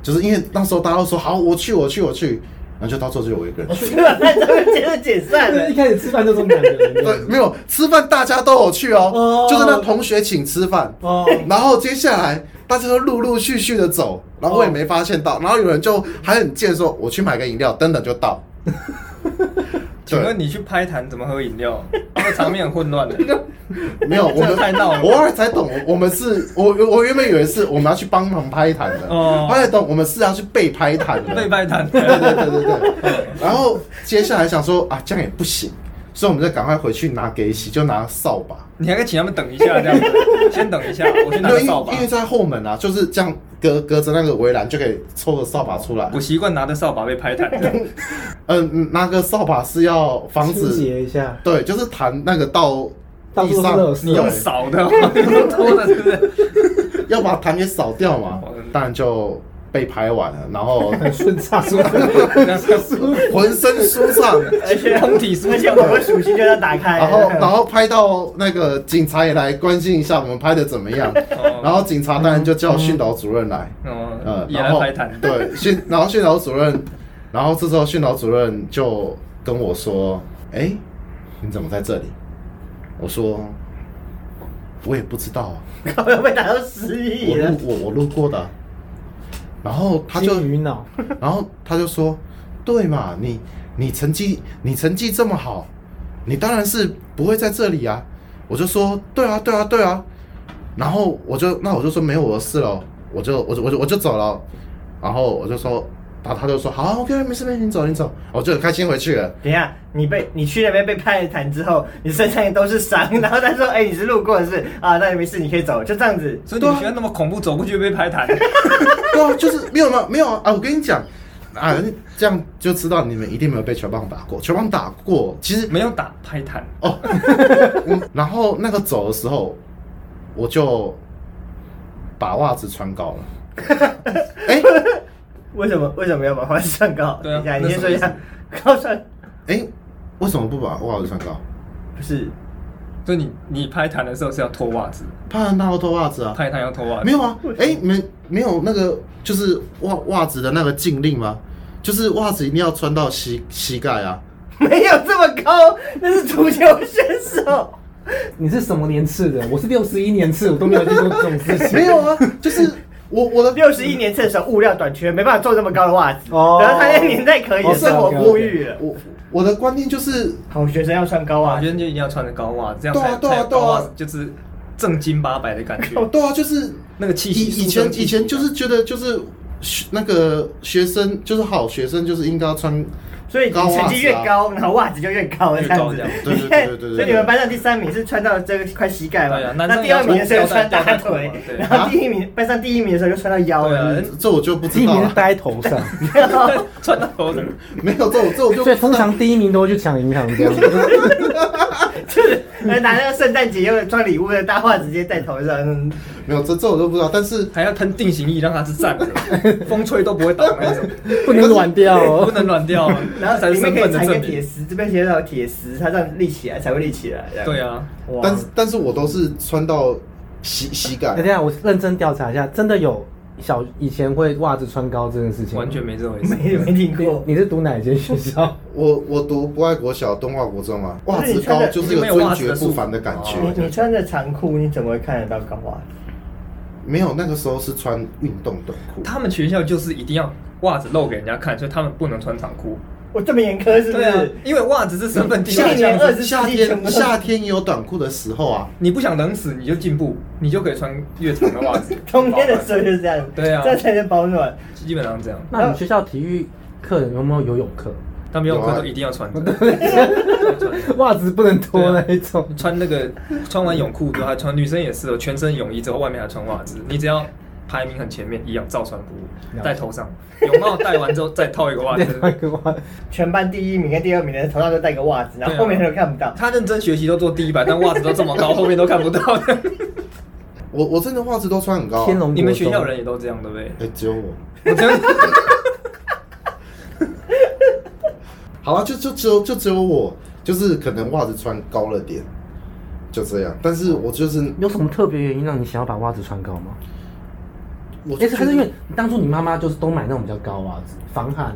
[SPEAKER 4] 就是因为那时候大家都说好我去我去我去，然后就到最后就我一个
[SPEAKER 3] 哦
[SPEAKER 4] 人去，
[SPEAKER 1] 对吧？那这个节目解散
[SPEAKER 2] 对，
[SPEAKER 1] 了
[SPEAKER 2] 一。 开始吃饭就这么两个人
[SPEAKER 4] 对，没有吃饭大家都有去哦
[SPEAKER 2] 哦，
[SPEAKER 4] 就是那同学请吃饭，
[SPEAKER 2] 哦，
[SPEAKER 4] 然后接下来大家都陆陆续续的走，然
[SPEAKER 3] 哦
[SPEAKER 4] 后我也没发现到，然后有人就还很贱说我去买个饮料，等等就到。
[SPEAKER 3] 请问你去拍谈怎么喝 饮料？那个场面很混乱的。
[SPEAKER 4] 没有，我
[SPEAKER 3] 这
[SPEAKER 4] 们
[SPEAKER 3] 太闹了
[SPEAKER 4] 我后来才懂，我我们是我我原本以为是我们要去帮忙拍坛的，
[SPEAKER 3] 哦
[SPEAKER 4] 后来懂我们是要去被拍坛 的。
[SPEAKER 3] 被拍谈
[SPEAKER 4] 对对对对对。然后接下来想说啊，这样也不行，所以我们就赶快回去拿给洗，就拿扫把。
[SPEAKER 3] 你还可以请他们等一下，这 样子，先等一下，我去拿个
[SPEAKER 4] 因为
[SPEAKER 3] 扫把
[SPEAKER 4] 因。为在后门啊，就是这样隔隔着那个围栏就可以抽个扫把出来
[SPEAKER 3] 我。习惯拿着扫把被拍 弹的。
[SPEAKER 4] 嗯，嗯拿个扫把是要防
[SPEAKER 2] 清
[SPEAKER 4] 止，
[SPEAKER 2] 洁一下，
[SPEAKER 4] 对，就是弹那个到
[SPEAKER 2] 到
[SPEAKER 4] 地
[SPEAKER 2] 处都是
[SPEAKER 4] 上
[SPEAKER 2] 垃，圾
[SPEAKER 3] 你用
[SPEAKER 4] 对
[SPEAKER 3] 扫的， 用拖的，是不是？
[SPEAKER 4] 要把痰给扫掉嘛
[SPEAKER 3] 哦，
[SPEAKER 4] 当然就被拍完了，然后
[SPEAKER 2] 很顺畅，
[SPEAKER 4] 浑身舒畅，
[SPEAKER 1] 而且
[SPEAKER 3] 通体舒畅
[SPEAKER 1] 而且我们属性就要打
[SPEAKER 3] 哎
[SPEAKER 1] 开。
[SPEAKER 4] 然后然后拍到那个警察也来关心一下我们拍的怎么样，
[SPEAKER 3] 哦
[SPEAKER 4] 然后警察当然就叫训导主任来，
[SPEAKER 3] 哦
[SPEAKER 4] 呃，，
[SPEAKER 3] 也
[SPEAKER 4] 然
[SPEAKER 3] 来
[SPEAKER 4] 后
[SPEAKER 3] 拍弹。
[SPEAKER 4] 对 训，然后训导主任，然后这时候训导主任就跟我说，哎，你怎么在这里？我说。我也不知道啊，
[SPEAKER 1] 靠，要被打到失忆
[SPEAKER 4] 我
[SPEAKER 1] 了
[SPEAKER 4] 路。我我路过的啊、然后他就
[SPEAKER 2] 金鱼脑，
[SPEAKER 4] 然后他就说：“对嘛，你你成绩你成绩这么好，你当然是不会在这里啊。”我就说：“对啊，对啊，对啊。”然后我就那我就说没有我的事了，我就我就我就我就走了。然后我就说，然后他就说：“好啊，OK，没事没事，你走你走。”我就很开心回去了。
[SPEAKER 1] 等一下，你被你去那边被拍了痰之后，你身上都是伤，然后他说：“哎、你是路过的是啊，那你没事，你可以走。”就这样子，
[SPEAKER 3] 所以你们学校那么恐怖，走过去被拍弹，
[SPEAKER 4] 对啊，就是没有嘛，没有啊！啊我跟你讲啊，这样就知道你们一定没有被球棒打过。球棒打过，其实
[SPEAKER 3] 没有打拍弹。
[SPEAKER 4] 哦，我然后那个走的时候，我就把袜子穿高了。哎
[SPEAKER 1] 为什么为什么要把花上高？
[SPEAKER 3] 对啊
[SPEAKER 1] 等一下，你
[SPEAKER 3] 那
[SPEAKER 1] 先说一
[SPEAKER 3] 什
[SPEAKER 1] 下
[SPEAKER 3] 么，
[SPEAKER 1] 高上
[SPEAKER 4] 哎、为什么不把袜子穿高？
[SPEAKER 1] 不是
[SPEAKER 3] 所以你你拍弹的时候是要脱袜子，
[SPEAKER 4] 怕人大要脱袜子啊？
[SPEAKER 3] 拍弹要脱袜子。
[SPEAKER 4] 没有啊？哎、你们没有那个就是袜袜子的那个禁令吗？就是袜子一定要穿到膝膝盖啊！
[SPEAKER 1] 没有这么高，那是足球选手。
[SPEAKER 2] 你是什么年次的？我是六十一年次，我都没有遇过这种事情。
[SPEAKER 4] 没有啊，就是我我的
[SPEAKER 1] 六十一年次的时候物料短缺，没办法做这么高的袜子。
[SPEAKER 2] 哦
[SPEAKER 1] 然后他那个年代可以，
[SPEAKER 2] 哦
[SPEAKER 1] 生活
[SPEAKER 2] OK，OK，OK
[SPEAKER 1] 富裕了。
[SPEAKER 4] 我我的观念就是
[SPEAKER 1] 好学生要穿高袜
[SPEAKER 3] 我觉，得就一定要穿着高袜，这样
[SPEAKER 4] 对啊
[SPEAKER 3] 才
[SPEAKER 4] 对啊
[SPEAKER 3] 才有
[SPEAKER 4] 对啊
[SPEAKER 3] 高袜子就是正经八百的感 觉。
[SPEAKER 4] 对啊，就是
[SPEAKER 3] 那个气息
[SPEAKER 4] 以以
[SPEAKER 3] 书生
[SPEAKER 4] 前
[SPEAKER 3] 气息
[SPEAKER 4] 以前就是觉得就是学那个学生就是好学生就是应该要穿
[SPEAKER 1] 所以你
[SPEAKER 4] 高袜子啊
[SPEAKER 1] 成绩越高，然后袜子就越高，
[SPEAKER 3] 越
[SPEAKER 1] 这样
[SPEAKER 3] 高这
[SPEAKER 1] 子
[SPEAKER 3] 样。
[SPEAKER 4] 对
[SPEAKER 1] 你
[SPEAKER 4] 对
[SPEAKER 1] 看
[SPEAKER 4] 对对对对
[SPEAKER 1] 所以你们班上第三名是穿到这个快膝盖嘛
[SPEAKER 3] 对啊？男生
[SPEAKER 1] 那第二名的时候穿大
[SPEAKER 3] 要穿吊带
[SPEAKER 1] 腿
[SPEAKER 3] 裤嘛对，
[SPEAKER 1] 然后第一名班上第一名的时候就穿到腰
[SPEAKER 3] 对啊
[SPEAKER 1] 了。
[SPEAKER 4] 这这我就不
[SPEAKER 2] 第
[SPEAKER 4] 知
[SPEAKER 2] 一
[SPEAKER 4] 道
[SPEAKER 2] 名
[SPEAKER 4] 了
[SPEAKER 2] 是，戴在头上，
[SPEAKER 3] 穿到头的，
[SPEAKER 4] 没有这我这我就
[SPEAKER 2] 所以通常第一名都会去抢银行这样子。
[SPEAKER 1] 就是还拿那个圣诞节用装礼物的大话直接戴头上，嗯
[SPEAKER 4] 没有这这我都不知道，但是
[SPEAKER 3] 还要喷定型液让它是站 着，风吹都不会倒那种，
[SPEAKER 2] 不能软掉
[SPEAKER 3] 不
[SPEAKER 2] 哦。
[SPEAKER 3] 能软掉啊，
[SPEAKER 1] 然后
[SPEAKER 3] 才是
[SPEAKER 1] 里面
[SPEAKER 3] 身
[SPEAKER 1] 可以
[SPEAKER 3] 份的
[SPEAKER 1] 缠一个
[SPEAKER 3] 证
[SPEAKER 1] 铁
[SPEAKER 3] 明。
[SPEAKER 1] 丝，这边写到铁丝，它这样立起来才会立起来。这样
[SPEAKER 3] 对，啊，
[SPEAKER 1] 哇
[SPEAKER 4] 但是但是我都是穿到膝膝盖
[SPEAKER 2] 哎，等一，下我认真调查一下，真的有小以前会袜子穿高这件事情吗？
[SPEAKER 3] 完全没这回事。
[SPEAKER 1] 没没听过。
[SPEAKER 2] 你是读哪一间学校？
[SPEAKER 4] 我我读国外国小，东华国中啊，袜
[SPEAKER 1] 可是
[SPEAKER 4] 子
[SPEAKER 1] 你穿
[SPEAKER 4] 高
[SPEAKER 1] 的
[SPEAKER 4] 就是一
[SPEAKER 3] 你
[SPEAKER 4] 个
[SPEAKER 3] 没有袜
[SPEAKER 4] 尊
[SPEAKER 3] 子
[SPEAKER 4] 爵
[SPEAKER 3] 的束
[SPEAKER 4] 不凡的感觉。
[SPEAKER 1] 你你穿着长裤，你怎么会看得到高啊？
[SPEAKER 4] 没有，那个时候是穿运动短裤。
[SPEAKER 3] 他们学校就是一定要袜子露给人家看，所以他们不能穿长裤。
[SPEAKER 1] 我这么严苛是不
[SPEAKER 3] 对啊嗯
[SPEAKER 1] 是？，
[SPEAKER 3] 因为袜子是身份地
[SPEAKER 1] 夏
[SPEAKER 3] 位
[SPEAKER 1] 天
[SPEAKER 3] 象
[SPEAKER 1] 二
[SPEAKER 3] 征。
[SPEAKER 1] 十
[SPEAKER 4] 夏
[SPEAKER 1] 全部。
[SPEAKER 4] 天夏天也有短裤的时候啊，
[SPEAKER 3] 你不想冷死，你就进步，你就可以穿越长的袜 子
[SPEAKER 1] 冬天的时候就是这样，
[SPEAKER 3] 对啊
[SPEAKER 1] 这样才能保暖。
[SPEAKER 3] 基本上这样，
[SPEAKER 2] 那你们学校体育课有没有游泳课？
[SPEAKER 3] 他们用
[SPEAKER 4] 有啊
[SPEAKER 3] 课都一定要穿的，
[SPEAKER 2] 袜子不能脱那一种。
[SPEAKER 3] 穿那个穿完泳裤之后，还穿女生也是哦，全身泳衣之后外面还穿袜子，你只要排名很前面一样照穿不误，戴头上，泳帽戴完之后再套一个 袜
[SPEAKER 2] 对
[SPEAKER 3] 子。
[SPEAKER 2] 那个袜
[SPEAKER 1] 全班第一名跟第二名的头上都戴个袜子，然后
[SPEAKER 3] 对啊
[SPEAKER 1] 后面人都看不到。
[SPEAKER 3] 他认真学习都做第一排，但袜子都这么高，后面都看不到的。
[SPEAKER 4] 我我真的袜子都穿很高、啊。
[SPEAKER 2] 天龙国中
[SPEAKER 3] 你们学校人也都这样，对不对？
[SPEAKER 4] 哎、只有我。
[SPEAKER 3] 我真的
[SPEAKER 4] 好啊，就就只有就只有我，就是可能袜子穿高了点，就这样。但是我就是
[SPEAKER 2] 有什么特别原因让你想要把袜子穿高吗？
[SPEAKER 4] 我
[SPEAKER 2] 哎、
[SPEAKER 4] 就
[SPEAKER 2] 欸，
[SPEAKER 4] 觉得，
[SPEAKER 2] 还是因为你当初你妈妈就是都买那种比较高袜子，防汗。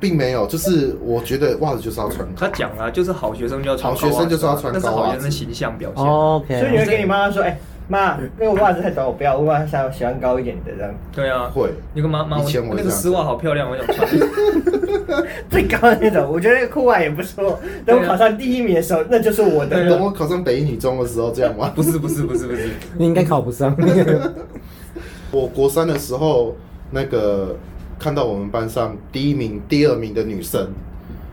[SPEAKER 4] 并没有，就是我觉得袜子就是要穿高
[SPEAKER 3] 他。讲啊，就是好学生就要穿
[SPEAKER 4] 好学生
[SPEAKER 3] 高袜子啊
[SPEAKER 4] 就是要穿
[SPEAKER 3] 那是
[SPEAKER 4] 高袜
[SPEAKER 3] 好
[SPEAKER 4] 子
[SPEAKER 3] 学生形象表现。
[SPEAKER 2] OK，
[SPEAKER 1] 所以你会跟你妈妈说：“哎、妈，
[SPEAKER 4] 嗯
[SPEAKER 1] 那个袜子太短，我不要，我袜想喜欢高一点的这样。
[SPEAKER 3] 对啊，
[SPEAKER 4] 会
[SPEAKER 3] 你跟妈妈，
[SPEAKER 4] 以前我
[SPEAKER 3] 那
[SPEAKER 4] 这
[SPEAKER 3] 个
[SPEAKER 4] 样
[SPEAKER 3] 丝袜好漂亮，我想穿。
[SPEAKER 1] 最高的那种，我觉得那个裤袜也不错。等我考上第一名的时候，那就是我的。
[SPEAKER 4] 等我考上北一女中的时候，这样吗？
[SPEAKER 3] 不是不是不是不是，
[SPEAKER 2] 你应该考不上。
[SPEAKER 4] 我国三的时候，那个看到我们班上第一名、第二名的女生，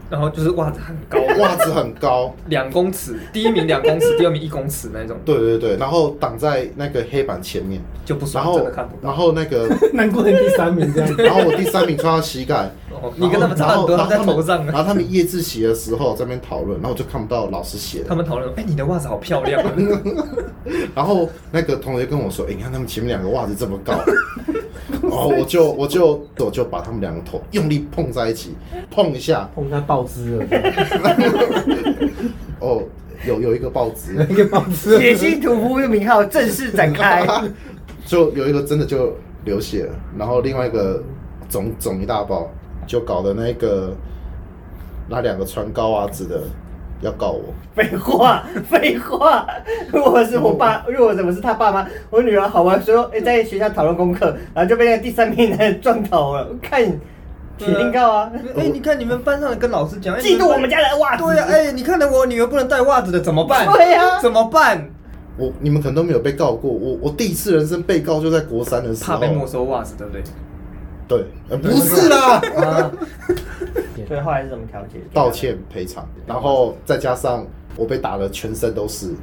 [SPEAKER 3] 然后就是袜子很高，
[SPEAKER 4] 袜子很高，
[SPEAKER 3] 两公尺，第一名两公尺，第二名一公尺那种，
[SPEAKER 4] 对对对，然后挡在那个黑板前面，
[SPEAKER 3] 就不爽
[SPEAKER 4] 然，后
[SPEAKER 3] 真的看不到。
[SPEAKER 4] 然后那个，
[SPEAKER 2] 难怪你第三名这样。
[SPEAKER 4] 然后我第三名穿到膝盖，
[SPEAKER 3] 哦 你跟他们差
[SPEAKER 4] 然
[SPEAKER 3] 很
[SPEAKER 4] 后
[SPEAKER 3] 多，他
[SPEAKER 4] 然后
[SPEAKER 3] 们在头上
[SPEAKER 4] 然后然
[SPEAKER 3] 啊。
[SPEAKER 4] 后他们夜自习的时候在那边讨论，然后我就看不到老师写
[SPEAKER 3] 他
[SPEAKER 4] 的，
[SPEAKER 3] 们讨论，哎、你的袜子好漂亮、啊，
[SPEAKER 4] 然后那个同学跟我说，哎、你看他们前面两个袜子这么高，然后我就我就我就把他们两个头用力碰在一起，碰一下，
[SPEAKER 2] 碰他爆汁了，
[SPEAKER 4] 哦，有有一个报纸。
[SPEAKER 2] 一个爆汁
[SPEAKER 1] 野心屠夫的名号正式展开，
[SPEAKER 4] 就有一个真的就流血了，然后另外一个肿肿一大包，就搞得那个那两个穿高袜子的要告我，
[SPEAKER 1] 废 话，废话。如果是我爸，
[SPEAKER 4] 嗯
[SPEAKER 1] 如果怎么是他爸妈，我女儿好玩说，哎、在学校讨论功课，然后就被那个第三名的人撞倒了，我看铁定告啊，
[SPEAKER 4] 嗯
[SPEAKER 3] 哎、你看你们班上跟老师讲，哎
[SPEAKER 1] 嫉妒我们。家的袜
[SPEAKER 3] 你
[SPEAKER 1] 子。
[SPEAKER 4] 啊
[SPEAKER 3] 们班对呀、哎、你看到我女儿不能带袜子的，怎么办？
[SPEAKER 1] 对啊
[SPEAKER 3] 怎么办？
[SPEAKER 4] 我你们可能都没有被告过，我我第一次人生被告就在国三的时候，
[SPEAKER 3] 怕被没收嗯袜子，对不对？
[SPEAKER 4] 对，呃不 是啦，
[SPEAKER 2] 啊！
[SPEAKER 1] 所以后来是怎么调解？
[SPEAKER 4] 道歉赔偿，然后再加上我被打的全身都是，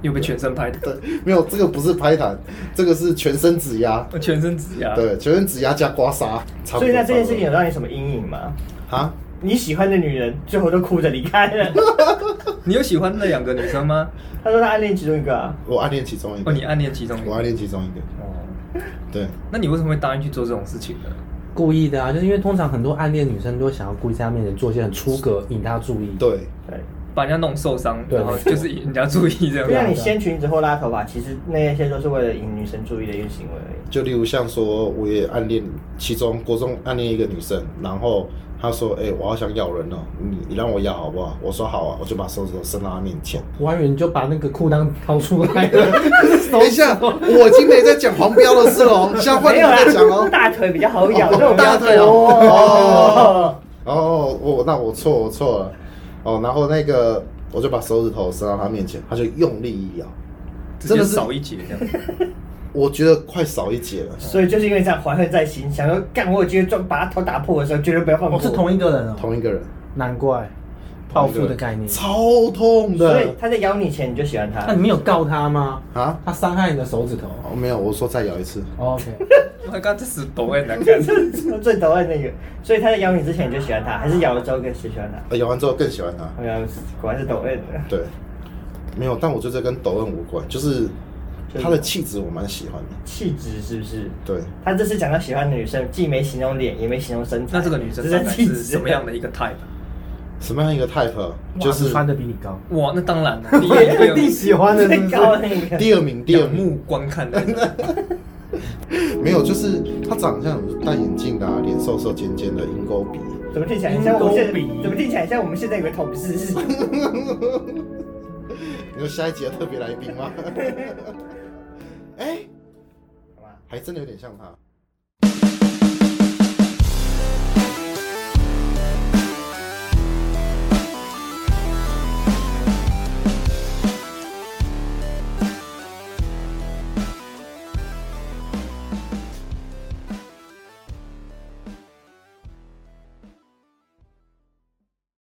[SPEAKER 3] 又被全身拍的，
[SPEAKER 4] 对，没有这个不是拍弹，这个是全身指压，
[SPEAKER 3] 全身指甲。
[SPEAKER 4] 对，全身指压加刮痧，差不多
[SPEAKER 1] 所以那这件事情
[SPEAKER 4] 差
[SPEAKER 1] 有让你什么阴影吗？
[SPEAKER 4] 不多啊，
[SPEAKER 1] 你喜欢的女人最后都哭着离开 了。
[SPEAKER 3] 你有喜欢那两个女生 吗？
[SPEAKER 1] 他说他暗恋其中一个啊，
[SPEAKER 4] 我暗恋其中一个，
[SPEAKER 3] 哦，你暗恋其中一
[SPEAKER 4] 我
[SPEAKER 3] 个。
[SPEAKER 4] 暗恋其中一个，
[SPEAKER 3] 哦，
[SPEAKER 4] 对。
[SPEAKER 3] 那你为什么会答应去做这种事情呢？
[SPEAKER 2] 故意的啊，就是因为通常很多暗恋女生都想要故意在她面前做一些很出格，引她注意。，
[SPEAKER 4] 对，
[SPEAKER 1] 对，
[SPEAKER 3] 把人家弄受伤，
[SPEAKER 2] 对
[SPEAKER 3] 然后就是引人家注意这
[SPEAKER 1] 就像
[SPEAKER 3] 样。
[SPEAKER 1] 你掀裙子或拉头发，其实那些都是为了引女生注意的一个行为而已。
[SPEAKER 4] 就例如像说，我也暗恋其中国中暗恋一个女生，然后她说：“哎、我好想咬人哦，你你让我咬好不好？”我说：“好啊。”我就把手指头伸到她面前。
[SPEAKER 2] 我还以为你就把那个裤裆掏出来了，
[SPEAKER 4] 等一下，我已经没在讲黄标的事 喽，现在换
[SPEAKER 1] 没
[SPEAKER 4] 你
[SPEAKER 1] 有
[SPEAKER 4] 们在讲
[SPEAKER 1] 啦，
[SPEAKER 4] 哦。
[SPEAKER 1] 大腿比较好咬，
[SPEAKER 4] 哦
[SPEAKER 1] 这种比较
[SPEAKER 4] 大腿哦
[SPEAKER 1] 多
[SPEAKER 4] 哦哦，我那我错我错了哦，然后那个我就把手指头伸到她面前，她就用力一咬，
[SPEAKER 3] 直
[SPEAKER 4] 真
[SPEAKER 3] 接
[SPEAKER 4] 的是
[SPEAKER 3] 少一节这样。
[SPEAKER 4] 我觉得快少一截了。
[SPEAKER 1] 所以就是因为这样怀恨在心，想说干我有机会撞把他头打破的时候，绝对不要放
[SPEAKER 2] 我
[SPEAKER 1] 过。
[SPEAKER 2] 是同一个人哦，
[SPEAKER 4] 同一个人，
[SPEAKER 2] 难怪。报复的概念。
[SPEAKER 4] 超痛
[SPEAKER 1] 所以
[SPEAKER 4] 的
[SPEAKER 1] 他在咬你前你就喜欢
[SPEAKER 2] 那
[SPEAKER 1] 他
[SPEAKER 2] 你，没有告他吗？
[SPEAKER 4] 啊！
[SPEAKER 2] 他伤害你的手指头。
[SPEAKER 4] 哦，没有，我说再咬一次，
[SPEAKER 2] 哦 OK，
[SPEAKER 3] 我 Oh 刚这是抖哎，难 看。
[SPEAKER 1] 最讨厌那个。所以他在咬你之前你就喜欢他，还是咬了之后更喜欢他？
[SPEAKER 4] 呃咬完之后更喜欢它。
[SPEAKER 1] 哎呀，果然是抖 M 的。
[SPEAKER 4] 对，没有，但我觉得这跟抖恩无关，就是
[SPEAKER 1] 就是
[SPEAKER 4] 他的气质我蛮喜欢的。
[SPEAKER 1] 气质是不是？
[SPEAKER 4] 对，
[SPEAKER 1] 他这次讲到喜欢的女生，既没形容脸，也没形容身材，
[SPEAKER 3] 那这个女生
[SPEAKER 1] 只
[SPEAKER 3] 大
[SPEAKER 1] 是
[SPEAKER 3] 概
[SPEAKER 1] 气
[SPEAKER 3] 是
[SPEAKER 1] 质
[SPEAKER 3] 什么样的？一个 type？
[SPEAKER 4] 什么样一个 type？就是
[SPEAKER 2] 穿的比你 高，
[SPEAKER 3] 哇，那当然了，你
[SPEAKER 2] 我
[SPEAKER 3] 也
[SPEAKER 2] 特
[SPEAKER 3] 会
[SPEAKER 2] 地喜欢的 是
[SPEAKER 1] 最
[SPEAKER 2] 不
[SPEAKER 1] 高的
[SPEAKER 2] 是？
[SPEAKER 1] 那 个。
[SPEAKER 4] 第二名，第二
[SPEAKER 3] 仰
[SPEAKER 4] 名
[SPEAKER 3] 目观看的那种。
[SPEAKER 4] 没有，就是他长相有戴眼镜的、啊，脸瘦瘦尖尖的，鹰钩鼻。
[SPEAKER 1] 怎么听起来很像我们现在？
[SPEAKER 2] 鹰钩鼻
[SPEAKER 1] 怎么听起来像我们现在有个同事是？
[SPEAKER 4] 你说下一集的特别来宾吗？哎、还真的有点像他。